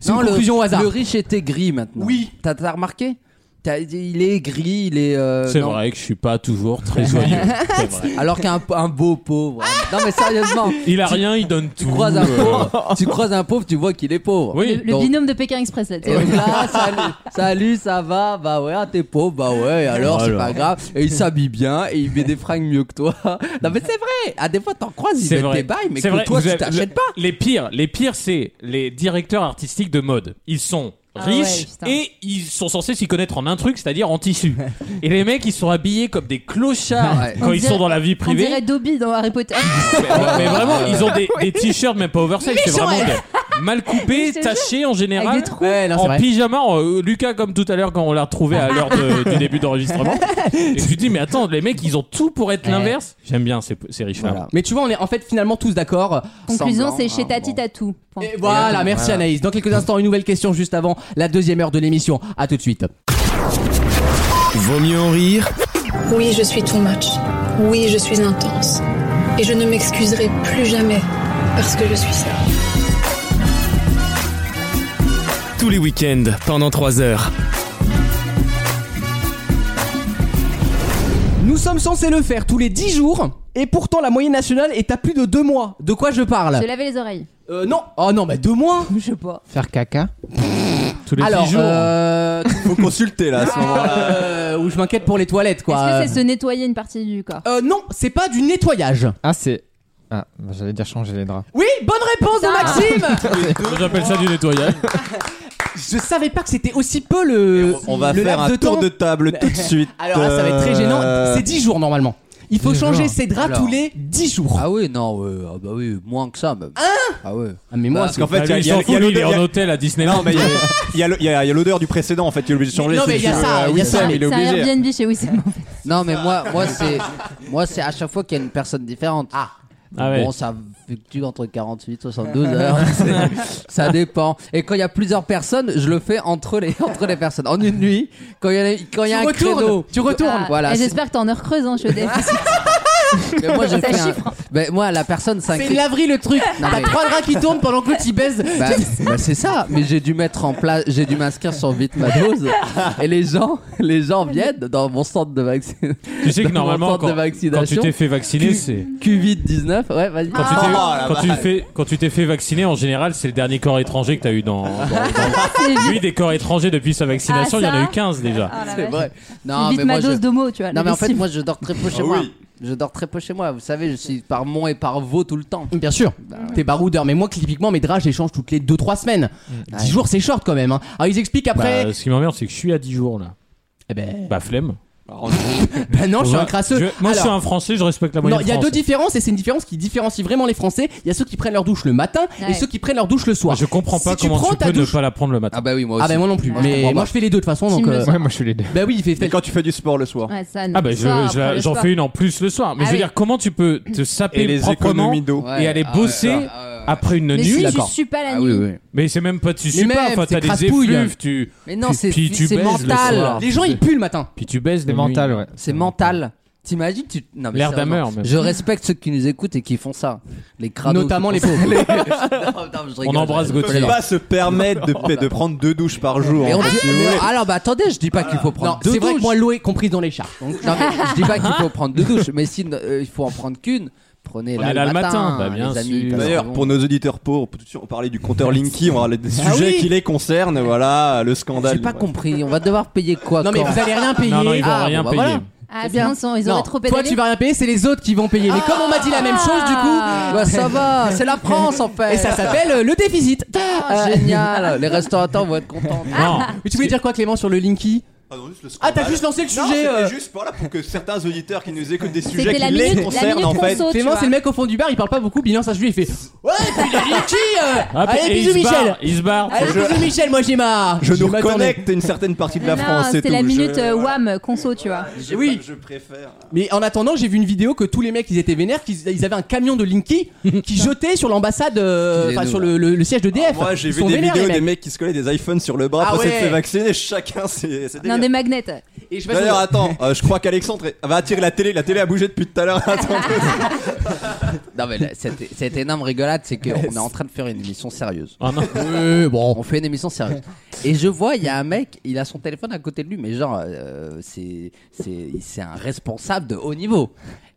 [SPEAKER 1] c'est
[SPEAKER 4] Non,
[SPEAKER 1] une
[SPEAKER 4] le-
[SPEAKER 1] conclusion au hasard.
[SPEAKER 4] Le riche était gris maintenant.
[SPEAKER 1] Oui.
[SPEAKER 4] T'as t'as remarqué T'as- Il est gris, il est. euh,
[SPEAKER 5] C'est
[SPEAKER 4] non.
[SPEAKER 5] vrai que je suis pas toujours très
[SPEAKER 1] [laughs]
[SPEAKER 5] joyeux. C'est vrai.
[SPEAKER 4] Alors qu'un un beau pauvre. non, mais sérieusement.
[SPEAKER 5] [laughs] Il a rien, il donne tout.
[SPEAKER 4] Tu croises un
[SPEAKER 5] euh,
[SPEAKER 4] pauvre, tu croises un pauvre, tu vois qu'il est pauvre.
[SPEAKER 5] Oui.
[SPEAKER 3] Le, le
[SPEAKER 4] Donc-
[SPEAKER 3] binôme de Pékin Express là. tu sais.
[SPEAKER 4] Et donc là, salut, salut, ça va, bah ouais, ah, t'es pauvre, bah ouais, alors c'est pas grave. Et il s'habille bien et il met des fringues mieux que
[SPEAKER 1] [laughs]
[SPEAKER 4] toi. Non mais c'est vrai, à des fois t'en croises, ils
[SPEAKER 5] C'est
[SPEAKER 4] mettent
[SPEAKER 5] vrai.
[SPEAKER 4] des bails, mais
[SPEAKER 5] C'est
[SPEAKER 4] que
[SPEAKER 5] vrai,
[SPEAKER 4] toi
[SPEAKER 5] vous
[SPEAKER 4] tu
[SPEAKER 5] avez-
[SPEAKER 4] t'achètes
[SPEAKER 5] le-
[SPEAKER 4] pas.
[SPEAKER 5] Les pires, les pires, c'est les directeurs artistiques de mode. Ils sont
[SPEAKER 3] Ah ouais,
[SPEAKER 5] riches
[SPEAKER 3] putain.
[SPEAKER 5] et ils sont censés s'y connaître en un truc, c'est-à-dire en
[SPEAKER 3] [laughs]
[SPEAKER 5] tissu. et les mecs, ils sont habillés comme des clochards
[SPEAKER 4] Ouais.
[SPEAKER 5] quand
[SPEAKER 3] On
[SPEAKER 5] ils
[SPEAKER 3] dirait-
[SPEAKER 5] sont dans la vie
[SPEAKER 3] On
[SPEAKER 5] privée.
[SPEAKER 3] dirait Dobby dans Harry Potter.
[SPEAKER 5] Mais,
[SPEAKER 3] [laughs]
[SPEAKER 5] mais vraiment, ils ont des, des t-shirts même pas oversize, c'est vraiment des- mal coupés,
[SPEAKER 3] Je te jure.
[SPEAKER 5] tachés en général.
[SPEAKER 3] Avec des trous.
[SPEAKER 1] Ouais, non, c'est
[SPEAKER 5] En
[SPEAKER 1] vrai.
[SPEAKER 5] pyjama, en- euh, Lucas, comme tout à l'heure, quand on l'a retrouvé à l'heure de-
[SPEAKER 3] [laughs]
[SPEAKER 5] du début d'enregistrement, et je lui dis, mais attends, les mecs, ils ont tout pour être l'inverse. J'aime bien ces, ces riches
[SPEAKER 4] Voilà.
[SPEAKER 1] Mais tu vois, on est en fait finalement tous d'accord.
[SPEAKER 3] Conclusion,
[SPEAKER 4] Semblant,
[SPEAKER 3] c'est chez
[SPEAKER 4] hein,
[SPEAKER 3] Tati
[SPEAKER 4] bon.
[SPEAKER 3] Tatou. Point.
[SPEAKER 1] Et voilà, merci Anaïs. Dans quelques instants, une nouvelle question juste avant la deuxième heure de l'émission. À tout de suite.
[SPEAKER 7] Vaut mieux en rire
[SPEAKER 12] Oui, je suis too much. Oui, je suis intense. Et je ne m'excuserai plus jamais parce que je suis ça.
[SPEAKER 7] tous les week-ends pendant 3 heures.
[SPEAKER 1] Nous sommes censés le faire tous les 10 jours et pourtant la moyenne nationale est à plus de 2 mois. De quoi je parle
[SPEAKER 4] Ah.
[SPEAKER 3] Se laver les oreilles.
[SPEAKER 1] Euh, Non. Oh non, mais 2 mois
[SPEAKER 3] Je sais pas.
[SPEAKER 2] Faire caca.
[SPEAKER 5] Tous les
[SPEAKER 1] Alors,
[SPEAKER 5] dix jours.
[SPEAKER 1] euh, [laughs]
[SPEAKER 6] Faut consulter là à ce moment-là.
[SPEAKER 1] euh, où je m'inquiète pour les toilettes quoi.
[SPEAKER 3] Est-ce que c'est se nettoyer une partie du
[SPEAKER 4] Oh,
[SPEAKER 3] corps
[SPEAKER 1] Euh, non, c'est pas du nettoyage.
[SPEAKER 2] Ah, c'est. Ah, bah, j'allais dire changer les draps.
[SPEAKER 1] Oui, bonne réponse de
[SPEAKER 3] Ah. [laughs]
[SPEAKER 1] Maxime
[SPEAKER 5] Moi, J'appelle ça du nettoyage.
[SPEAKER 1] Je savais pas que c'était aussi peu le.
[SPEAKER 6] On va
[SPEAKER 1] le
[SPEAKER 6] faire
[SPEAKER 1] laps
[SPEAKER 6] un
[SPEAKER 1] de
[SPEAKER 6] tour
[SPEAKER 1] temps.
[SPEAKER 6] de table tout de suite.
[SPEAKER 1] Alors là, ça va être très gênant.
[SPEAKER 6] Euh,
[SPEAKER 1] C'est 10 jours normalement. Il faut
[SPEAKER 2] Dix
[SPEAKER 1] changer
[SPEAKER 2] jours.
[SPEAKER 1] ses draps
[SPEAKER 4] Alors.
[SPEAKER 1] tous les 10 jours.
[SPEAKER 4] Ah oui, non, ouais, ah bah oui, moins que ça même. ah ouais.
[SPEAKER 1] Ah, mais moi,
[SPEAKER 6] Parce qu'en fait,
[SPEAKER 5] Ah,
[SPEAKER 6] il y a-
[SPEAKER 5] lui, il
[SPEAKER 6] il y a-
[SPEAKER 5] s'en
[SPEAKER 6] il y
[SPEAKER 5] fout,
[SPEAKER 6] a
[SPEAKER 5] lui, il est
[SPEAKER 6] l'odeur- il y
[SPEAKER 5] en
[SPEAKER 6] a-
[SPEAKER 5] hôtel à Disneyland.
[SPEAKER 6] Non, mais il y a- il y a le- il y a il y a l'odeur du précédent en fait, tu es obligé de changer.
[SPEAKER 1] Non, mais
[SPEAKER 6] c'est
[SPEAKER 1] il y a
[SPEAKER 6] juste,
[SPEAKER 1] ça,
[SPEAKER 6] euh,
[SPEAKER 1] il y a
[SPEAKER 6] oui,
[SPEAKER 1] ça.
[SPEAKER 6] Sam,
[SPEAKER 3] C'est
[SPEAKER 6] il est
[SPEAKER 3] un
[SPEAKER 6] obligé.
[SPEAKER 3] Airbnb chez Wissam.
[SPEAKER 4] Non mais moi, moi c'est, moi c'est à chaque fois qu'il y a une personne différente. Ah.
[SPEAKER 5] Ah ouais.
[SPEAKER 4] Bon, ça fluctue entre 48 72
[SPEAKER 1] [laughs]
[SPEAKER 4] heures. C'est- ça dépend. Et quand il y a plusieurs personnes, je le fais entre les, [laughs] entre les personnes. En une nuit, quand il y a, quand il y a
[SPEAKER 1] tu
[SPEAKER 4] un
[SPEAKER 1] retournes,
[SPEAKER 4] créneau.
[SPEAKER 1] tu retournes.
[SPEAKER 3] Ah,
[SPEAKER 4] Voilà,
[SPEAKER 3] et
[SPEAKER 4] c'est-
[SPEAKER 3] J'espère que t'es en heure creuse, hein, je suis
[SPEAKER 4] Mais moi, j'ai
[SPEAKER 3] Ça
[SPEAKER 4] fait un-
[SPEAKER 3] chiffre.
[SPEAKER 4] Mais moi, la personne
[SPEAKER 1] C'est
[SPEAKER 4] s'inquiète.
[SPEAKER 1] une laverie le truc.
[SPEAKER 4] Non,
[SPEAKER 1] T'as
[SPEAKER 4] mais-
[SPEAKER 1] trois draps qui tournent pendant que l'autre il baise.
[SPEAKER 4] Bah, bah, c'est ça, mais j'ai dû mettre en place, j'ai dû m'inscrire sur Vite ma dose et les gens, les gens viennent dans mon centre de vaccination.
[SPEAKER 5] Tu
[SPEAKER 6] [laughs]
[SPEAKER 5] sais que
[SPEAKER 4] Dans mon
[SPEAKER 5] normalement,
[SPEAKER 4] centre
[SPEAKER 5] quand,
[SPEAKER 4] de vaccination,
[SPEAKER 5] quand tu t'es fait vacciner,
[SPEAKER 4] tu-
[SPEAKER 5] c'est.
[SPEAKER 4] Covid 19, ouais, vas-y.
[SPEAKER 5] Quand tu t'es-
[SPEAKER 6] Ah,
[SPEAKER 5] quand
[SPEAKER 6] la
[SPEAKER 5] tu
[SPEAKER 6] vache.
[SPEAKER 5] fais- quand tu t'es fait vacciner, en général, c'est le dernier corps étranger que t'as eu
[SPEAKER 6] [laughs]
[SPEAKER 5] dans. dans- Lui, des corps étrangers depuis sa vaccination,
[SPEAKER 3] Ah,
[SPEAKER 5] il y en a
[SPEAKER 3] ça
[SPEAKER 5] eu 15 déjà.
[SPEAKER 4] [laughs]
[SPEAKER 3] C'est
[SPEAKER 4] Non,
[SPEAKER 3] bah Vite
[SPEAKER 4] mais
[SPEAKER 3] ma
[SPEAKER 4] moi, je-
[SPEAKER 3] dose d'homo, tu vois.
[SPEAKER 4] non,
[SPEAKER 3] la
[SPEAKER 4] mais en fait,
[SPEAKER 3] lessive.
[SPEAKER 4] moi, je dors très peu chez
[SPEAKER 6] Ah
[SPEAKER 4] moi.
[SPEAKER 6] oui.
[SPEAKER 4] Je dors très peu chez moi. Vous savez, je suis par Mont et par Vaux tout le temps.
[SPEAKER 1] Bien sûr, t'es baroudeur, mais moi typiquement mes draps je les change toutes les 2-3 semaines. 10 jours c'est short quand même. hein. Alors ils expliquent après.
[SPEAKER 5] Bah, ce qui m'emmerde, c'est que je suis à 10 jours là.
[SPEAKER 1] Eh ben,
[SPEAKER 5] Bah, flemme.
[SPEAKER 1] bah non, je suis un
[SPEAKER 5] Ouais.
[SPEAKER 1] crasseux.
[SPEAKER 5] Je- Moi, je suis
[SPEAKER 1] Alors,
[SPEAKER 5] un Français, je respecte la moyenne.
[SPEAKER 1] Non, il y a deux
[SPEAKER 5] française.
[SPEAKER 1] différences et c'est une différence qui différencie vraiment les Français. Il y a ceux qui prennent leur douche le matin et
[SPEAKER 3] Ouais.
[SPEAKER 1] ceux qui prennent leur douche le soir.
[SPEAKER 5] Je comprends pas
[SPEAKER 1] Si tu
[SPEAKER 5] comment
[SPEAKER 1] prends
[SPEAKER 5] tu
[SPEAKER 1] ta
[SPEAKER 5] peux ne
[SPEAKER 1] douche-
[SPEAKER 5] pas la prendre le matin.
[SPEAKER 4] Ah bah oui, moi aussi.
[SPEAKER 1] Ah ben moi non plus.
[SPEAKER 3] Ouais.
[SPEAKER 1] mais
[SPEAKER 4] comprends
[SPEAKER 1] moi
[SPEAKER 4] pas.
[SPEAKER 1] je fais les deux de toute façon donc.
[SPEAKER 3] Team le
[SPEAKER 1] euh,
[SPEAKER 3] soir.
[SPEAKER 2] Ouais, moi je suis les deux.
[SPEAKER 1] Bah oui, il fait.
[SPEAKER 6] Mais quand tu fais du sport le soir.
[SPEAKER 3] Ouais, ça,
[SPEAKER 5] Ah bah je-
[SPEAKER 3] ça, après,
[SPEAKER 5] je-
[SPEAKER 3] le
[SPEAKER 5] j'en
[SPEAKER 3] soir.
[SPEAKER 5] fais une en plus le soir. Mais
[SPEAKER 3] Ah
[SPEAKER 5] je veux
[SPEAKER 3] oui.
[SPEAKER 5] dire, comment tu peux te
[SPEAKER 6] Et
[SPEAKER 5] saper
[SPEAKER 6] les
[SPEAKER 5] proprement
[SPEAKER 6] économies d'eau.
[SPEAKER 4] Ouais,
[SPEAKER 5] et aller
[SPEAKER 4] ah ouais,
[SPEAKER 5] bosser
[SPEAKER 4] ah ouais, ouais.
[SPEAKER 5] après une
[SPEAKER 3] Mais
[SPEAKER 5] nuit
[SPEAKER 3] si, je
[SPEAKER 1] d'accord.
[SPEAKER 3] suis pas la
[SPEAKER 4] Ah
[SPEAKER 3] nuit.
[SPEAKER 4] oui, oui.
[SPEAKER 5] Mais c'est même pas tu
[SPEAKER 1] Mais
[SPEAKER 5] suis pas.
[SPEAKER 1] même,
[SPEAKER 5] Enfin,
[SPEAKER 1] c'est
[SPEAKER 5] t'as des
[SPEAKER 1] crasse-pouille.
[SPEAKER 5] effluves, tu
[SPEAKER 4] Mais non,
[SPEAKER 5] Puis-
[SPEAKER 4] c'est
[SPEAKER 5] puis tu
[SPEAKER 4] c'est
[SPEAKER 5] baises le
[SPEAKER 4] mental.
[SPEAKER 5] soir.
[SPEAKER 1] Les gens ils puent le matin.
[SPEAKER 5] puis tu baises
[SPEAKER 2] C'est
[SPEAKER 5] le
[SPEAKER 2] mental, ouais.
[SPEAKER 4] C'est mental. T'imagines tu... Non, mais
[SPEAKER 5] L'air
[SPEAKER 4] sérieusement,
[SPEAKER 5] d'ameur, même.
[SPEAKER 4] Je respecte ceux qui nous écoutent et qui font ça. Les crados.
[SPEAKER 1] Notamment
[SPEAKER 4] qui
[SPEAKER 1] les
[SPEAKER 4] font ça. [laughs]
[SPEAKER 1] pauvres.
[SPEAKER 4] Non, non, je rigole,
[SPEAKER 5] On embrasse
[SPEAKER 4] je-
[SPEAKER 5] Gauthier.
[SPEAKER 4] je-
[SPEAKER 6] Faut pas se permettre de, [laughs] de prendre deux douches par jour.
[SPEAKER 4] Mais
[SPEAKER 6] en
[SPEAKER 4] on
[SPEAKER 6] fait,
[SPEAKER 4] dit-
[SPEAKER 6] si vous
[SPEAKER 4] mais-
[SPEAKER 6] voulez.
[SPEAKER 4] alors bah attendez, je dis pas qu'il faut prendre
[SPEAKER 1] Non,
[SPEAKER 4] deux
[SPEAKER 1] c'est vrai que
[SPEAKER 4] douches.
[SPEAKER 1] moi l'eau est comprise dans les chars.
[SPEAKER 4] Donc, non, mais je dis pas qu'il faut prendre deux douches, mais si euh, il faut en prendre qu'une, prenez la
[SPEAKER 5] Prenez-la
[SPEAKER 4] le
[SPEAKER 5] le
[SPEAKER 4] matin,
[SPEAKER 5] matin, bah, bien
[SPEAKER 4] les amis.
[SPEAKER 5] sûr.
[SPEAKER 4] parce que
[SPEAKER 6] D'ailleurs,
[SPEAKER 4] bon.
[SPEAKER 6] pour nos auditeurs pauvres, tout de suite, on parlait du compteur Linky, on parlait des
[SPEAKER 1] Ah
[SPEAKER 6] sujets
[SPEAKER 1] oui.
[SPEAKER 6] qui les concernent, voilà, le scandale.
[SPEAKER 4] j'ai pas
[SPEAKER 6] Ouais.
[SPEAKER 4] compris, on va devoir payer quoi
[SPEAKER 1] Non mais
[SPEAKER 4] quand
[SPEAKER 1] vous allez rien payer.
[SPEAKER 5] Non, non, ils vont
[SPEAKER 4] Ah,
[SPEAKER 5] rien
[SPEAKER 4] bon, bah
[SPEAKER 5] payer.
[SPEAKER 4] voilà.
[SPEAKER 3] Ah,
[SPEAKER 4] C'est bien.
[SPEAKER 3] sinon, ils
[SPEAKER 1] Non,
[SPEAKER 3] auraient trop
[SPEAKER 1] toi
[SPEAKER 3] pédalé.
[SPEAKER 1] tu vas rien payer, c'est les autres qui vont payer. Mais comme on m'a dit la même chose du coup,
[SPEAKER 4] Bah, ça va, c'est la France en fait.
[SPEAKER 1] et ça s'appelle euh, le déficit.
[SPEAKER 4] [laughs] Ah, génial. Les Euh, restaurateurs vont être contents.
[SPEAKER 5] Non.
[SPEAKER 1] Mais tu voulais dire quoi Clément sur le Linky
[SPEAKER 6] Pardon, juste le
[SPEAKER 1] Ah, t'as juste lancé le
[SPEAKER 6] Non,
[SPEAKER 1] sujet,
[SPEAKER 6] c'était
[SPEAKER 1] euh.
[SPEAKER 6] juste voilà, pour que certains auditeurs qui nous écoutent des sujets
[SPEAKER 1] C'était
[SPEAKER 6] qui les concernent en fait.
[SPEAKER 1] Clément, c'est le mec au fond du bar, il parle pas beaucoup, bilan ça se lui, il fait Ouais, puis il a dit qui euh
[SPEAKER 6] Ah, puis-
[SPEAKER 1] Allez,
[SPEAKER 6] et
[SPEAKER 1] bisous
[SPEAKER 6] il se barre,
[SPEAKER 1] Michel
[SPEAKER 6] il se barre.
[SPEAKER 1] Allez,
[SPEAKER 6] Je-
[SPEAKER 1] bisous Michel, moi j'ai marre
[SPEAKER 6] Je
[SPEAKER 1] Ah, Je
[SPEAKER 6] nous
[SPEAKER 1] m'attendais.
[SPEAKER 6] reconnecte à une certaine partie de la
[SPEAKER 3] Non,
[SPEAKER 6] France, c'est
[SPEAKER 3] c'était
[SPEAKER 6] tout.
[SPEAKER 3] la minute
[SPEAKER 6] Je-
[SPEAKER 3] euh, Wham conso, tu vois.
[SPEAKER 1] Oui.
[SPEAKER 6] Je préfère.
[SPEAKER 1] Mais en attendant, j'ai vu une vidéo que tous les mecs ils étaient vénères, qu'ils ils avaient un camion de [laughs] Linky qui jetait sur l'ambassade, euh, enfin
[SPEAKER 6] Excusez-nous,
[SPEAKER 1] sur le, le- le siège de DF.
[SPEAKER 6] Ah, Moi, j'ai
[SPEAKER 1] Ils
[SPEAKER 6] vu
[SPEAKER 1] sont
[SPEAKER 6] des
[SPEAKER 1] vénères,
[SPEAKER 6] vidéos
[SPEAKER 1] les
[SPEAKER 6] des
[SPEAKER 1] mecs.
[SPEAKER 6] mecs qui se collaient des iPhones sur le bras
[SPEAKER 1] Ah
[SPEAKER 6] après s'être
[SPEAKER 1] ouais.
[SPEAKER 6] fait vacciner. Chacun, c'est c'est
[SPEAKER 3] Non,
[SPEAKER 6] délire.
[SPEAKER 3] des magnets.
[SPEAKER 1] Et je
[SPEAKER 6] D'ailleurs, attends, euh, je crois qu'Alexandre est- va attirer la télé. La télé a bougé depuis tout à
[SPEAKER 1] [laughs]
[SPEAKER 6] l'heure. Attends.
[SPEAKER 4] Non mais là, cette, cette énorme rigolade, c'est qu'on est en train de faire une émission sérieuse.
[SPEAKER 1] Ah,
[SPEAKER 4] [laughs]
[SPEAKER 1] Oui, bon.
[SPEAKER 4] On fait une émission sérieuse. Et je vois, il y a un mec, il a son téléphone à côté de lui, mais genre, euh, c'est c'est c'est un responsable de haut niveau.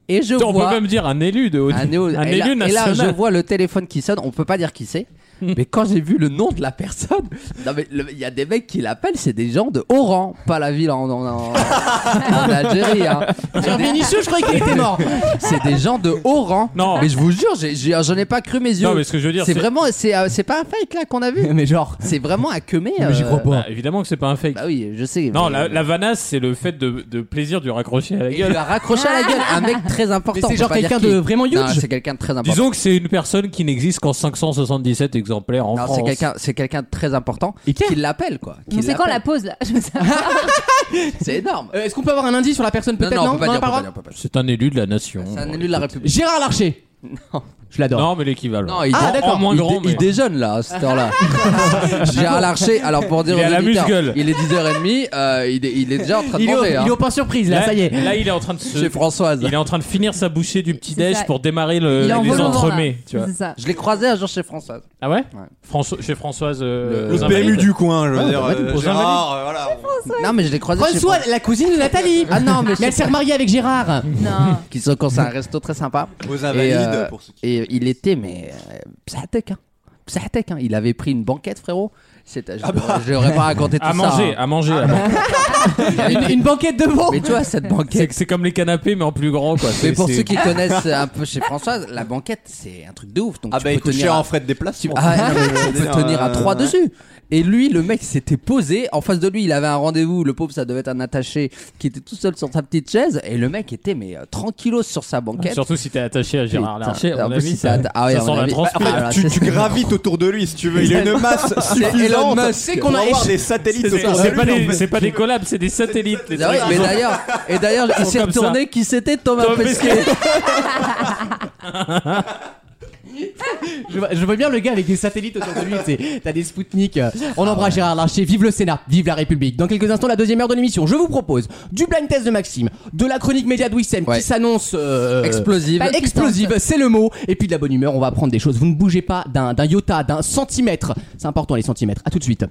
[SPEAKER 4] Et je
[SPEAKER 13] On
[SPEAKER 4] vois
[SPEAKER 13] peut même dire un élu de haut
[SPEAKER 4] un, néo-
[SPEAKER 13] un
[SPEAKER 4] et, là,
[SPEAKER 13] élu
[SPEAKER 4] et là,
[SPEAKER 13] national.
[SPEAKER 4] je vois le téléphone qui sonne. On peut pas dire qui c'est, mais quand j'ai vu le nom de la personne, non mais le- il y a des mecs qui l'appellent, c'est des gens de haut rang, pas la ville en, en- en- en Algérie. Hein.
[SPEAKER 1] Genre Vénissieux, je croyais qu'il était mort.
[SPEAKER 4] [laughs] C'est des gens de haut rang.
[SPEAKER 13] Non.
[SPEAKER 4] Mais je vous jure, j'ai- j'ai- j'en ai, pas cru mes yeux.
[SPEAKER 13] Non, mais ce que je veux dire,
[SPEAKER 4] c'est
[SPEAKER 13] c'est-
[SPEAKER 4] vraiment, c'est euh, c'est pas un fake là qu'on a vu.
[SPEAKER 1] Mais genre,
[SPEAKER 4] c'est vraiment un que mais. euh,
[SPEAKER 13] Bah, évidemment que c'est pas un fake.
[SPEAKER 4] Bah oui, je sais.
[SPEAKER 13] Non,
[SPEAKER 4] mais-
[SPEAKER 13] la, la vanasse, c'est le fait de, de plaisir du raccrocher à la
[SPEAKER 4] Et Il lui [laughs]
[SPEAKER 13] gueule.
[SPEAKER 4] a raccroché à la gueule un mec très important.
[SPEAKER 1] Mais c'est
[SPEAKER 4] on peut
[SPEAKER 1] genre
[SPEAKER 4] pas dire
[SPEAKER 1] quelqu'un
[SPEAKER 4] qui.
[SPEAKER 1] de vraiment huge.
[SPEAKER 4] Non, C'est quelqu'un de très important.
[SPEAKER 13] Disons que c'est une personne qui n'existe qu'en 577 exemplaires en
[SPEAKER 4] Non,
[SPEAKER 13] France.
[SPEAKER 4] c'est quelqu'un, c'est quelqu'un de très important qui l'appelle quoi. qui
[SPEAKER 3] On sait quand la
[SPEAKER 4] l'appelle.
[SPEAKER 3] pause là [laughs] Je veux
[SPEAKER 5] Euh,
[SPEAKER 3] savoir.
[SPEAKER 4] C'est énorme.
[SPEAKER 1] Euh, Est-ce qu'on peut avoir un indice sur la personne peut-être
[SPEAKER 4] non, on peut pas
[SPEAKER 1] on a
[SPEAKER 4] dire,
[SPEAKER 1] pas
[SPEAKER 4] on peut pas
[SPEAKER 1] le droit
[SPEAKER 4] dire, on peut pas dire.
[SPEAKER 13] C'est un élu de la nation.
[SPEAKER 4] C'est un élu de la République.
[SPEAKER 1] Gérard Larcher Je l'adore.
[SPEAKER 13] Non, mais l'équivalent.
[SPEAKER 4] Non, il,
[SPEAKER 1] Ah,
[SPEAKER 4] dé-
[SPEAKER 1] d'accord.
[SPEAKER 13] En moins
[SPEAKER 4] il
[SPEAKER 13] grand,
[SPEAKER 4] dé- il
[SPEAKER 13] mais-
[SPEAKER 4] déjeune là à cette [laughs] heure-là. Gérard Larcher, alors pour dire
[SPEAKER 13] Il est
[SPEAKER 4] aux
[SPEAKER 13] à la
[SPEAKER 4] auditeurs,
[SPEAKER 13] muse-gueule.
[SPEAKER 4] il est 10h30, euh, il, est, il est déjà en train de
[SPEAKER 1] Il est, au,
[SPEAKER 4] manger.
[SPEAKER 1] il est
[SPEAKER 4] Hein.
[SPEAKER 1] au pain surprise là,
[SPEAKER 13] là,
[SPEAKER 1] ça y est.
[SPEAKER 13] là, il est en train
[SPEAKER 4] [laughs]
[SPEAKER 13] de se.
[SPEAKER 4] Chez Françoise.
[SPEAKER 13] Il est en train de finir sa bouchée du petit
[SPEAKER 3] C'est
[SPEAKER 13] déj
[SPEAKER 3] ça.
[SPEAKER 13] pour démarrer le,
[SPEAKER 3] Il est en
[SPEAKER 13] les
[SPEAKER 3] volant, là.
[SPEAKER 13] entremets. Tu vois.
[SPEAKER 3] C'est ça.
[SPEAKER 4] Je l'ai croisé un jour chez Françoise.
[SPEAKER 13] Ah ouais,
[SPEAKER 4] Ouais.
[SPEAKER 13] Franço- Chez Françoise. euh,
[SPEAKER 6] Le
[SPEAKER 13] aux
[SPEAKER 6] PMU
[SPEAKER 13] Invalides.
[SPEAKER 6] du coin, je veux dire.
[SPEAKER 13] Invalides,
[SPEAKER 6] euh,
[SPEAKER 13] aux
[SPEAKER 6] Gérard, euh, voilà.
[SPEAKER 4] Non, mais je l'ai croisé chez
[SPEAKER 1] François,
[SPEAKER 4] Françoise.
[SPEAKER 1] la cousine
[SPEAKER 4] [laughs]
[SPEAKER 1] de Nathalie. Ah non, mais, elle s'est remariée avec Gérard.
[SPEAKER 3] Non.
[SPEAKER 4] Qui sont quand c'est un resto très sympa.
[SPEAKER 6] Aux
[SPEAKER 4] Et,
[SPEAKER 6] Invalides,
[SPEAKER 4] euh,
[SPEAKER 6] pour ceux qui.
[SPEAKER 4] et il était, mais. Euh, psatek, hein. Psatek, hein. Il avait pris une banquette, frérot. C'est- Je je l'aurais pas [laughs] raconté tout
[SPEAKER 13] À
[SPEAKER 4] ça.
[SPEAKER 13] manger,
[SPEAKER 4] hein.
[SPEAKER 13] à manger. à manger.
[SPEAKER 4] Il avait
[SPEAKER 1] Une,
[SPEAKER 4] pris-
[SPEAKER 1] une banquette de veau.
[SPEAKER 4] Mais tu vois, cette
[SPEAKER 13] C'est
[SPEAKER 4] banquette.
[SPEAKER 13] c'est comme les canapés, mais en plus grand, quoi.
[SPEAKER 4] Mais
[SPEAKER 13] C'est-
[SPEAKER 4] pour
[SPEAKER 13] c'est-
[SPEAKER 4] ceux qui connaissent un peu chez Françoise, la banquette, c'est un truc de ouf. Donc
[SPEAKER 6] Ah
[SPEAKER 4] tu
[SPEAKER 6] bah
[SPEAKER 4] peux
[SPEAKER 6] il coûte
[SPEAKER 4] tenir
[SPEAKER 6] cher
[SPEAKER 4] à-
[SPEAKER 6] en frais de déplacement.
[SPEAKER 4] Ah, non, mais on peut
[SPEAKER 6] C'est-à-dire, [laughs]
[SPEAKER 4] tenir à
[SPEAKER 6] euh,
[SPEAKER 4] 3 dessus. Et lui, le mec s'était posé. En face de lui, il avait un rendez-vous. Le pauvre, ça devait être un attaché qui était tout seul sur sa petite chaise. Et le mec était, mais euh, tranquillos sur sa banquette.
[SPEAKER 13] Surtout si t'es attaché à Gérard
[SPEAKER 4] Putain,
[SPEAKER 13] Larcher, à
[SPEAKER 4] en
[SPEAKER 13] mon
[SPEAKER 4] plus,
[SPEAKER 13] avis,
[SPEAKER 4] si
[SPEAKER 13] ça,
[SPEAKER 4] t'as- ah ouais,
[SPEAKER 13] ça
[SPEAKER 4] à mon
[SPEAKER 13] sent la
[SPEAKER 4] avis.
[SPEAKER 13] transpire.
[SPEAKER 4] Ah, alors,
[SPEAKER 6] Tu,
[SPEAKER 4] c'est-
[SPEAKER 6] tu gravites autour de lui si tu veux. Il a une masse suffisante.
[SPEAKER 4] Elon Musk.
[SPEAKER 6] C'est qu'on a avoir des satellites
[SPEAKER 13] C'est-
[SPEAKER 6] autour de
[SPEAKER 13] C'est
[SPEAKER 6] lui.
[SPEAKER 13] pas,
[SPEAKER 6] en
[SPEAKER 13] des-
[SPEAKER 6] fait.
[SPEAKER 13] c'est pas des collabs, c'est des satellites.
[SPEAKER 6] des
[SPEAKER 4] Ah ouais, mais d'ailleurs, et d'ailleurs, il
[SPEAKER 13] sont
[SPEAKER 4] s'est
[SPEAKER 13] comme ça.
[SPEAKER 4] retourné. Qui c'était Thomas,
[SPEAKER 13] Thomas
[SPEAKER 4] Pesquet.
[SPEAKER 1] Je, vois- je vois bien le gars avec des satellites autour de lui, tu sais. t'as des Spoutniks. euh, On embrasse Gérard Larcher, vive le Sénat, vive la République. Dans quelques instants, la deuxième heure de l'émission, je vous propose du blind test de Maxime, de la chronique média de Wissem
[SPEAKER 4] Ouais.
[SPEAKER 1] qui s'annonce euh,
[SPEAKER 4] Explosive.
[SPEAKER 3] Pas-
[SPEAKER 1] Explosive, c'est le mot. Et puis de la bonne humeur, on va apprendre des choses. Vous ne bougez pas d'un d'un iota, d'un centimètre. C'est important les centimètres. À tout de suite.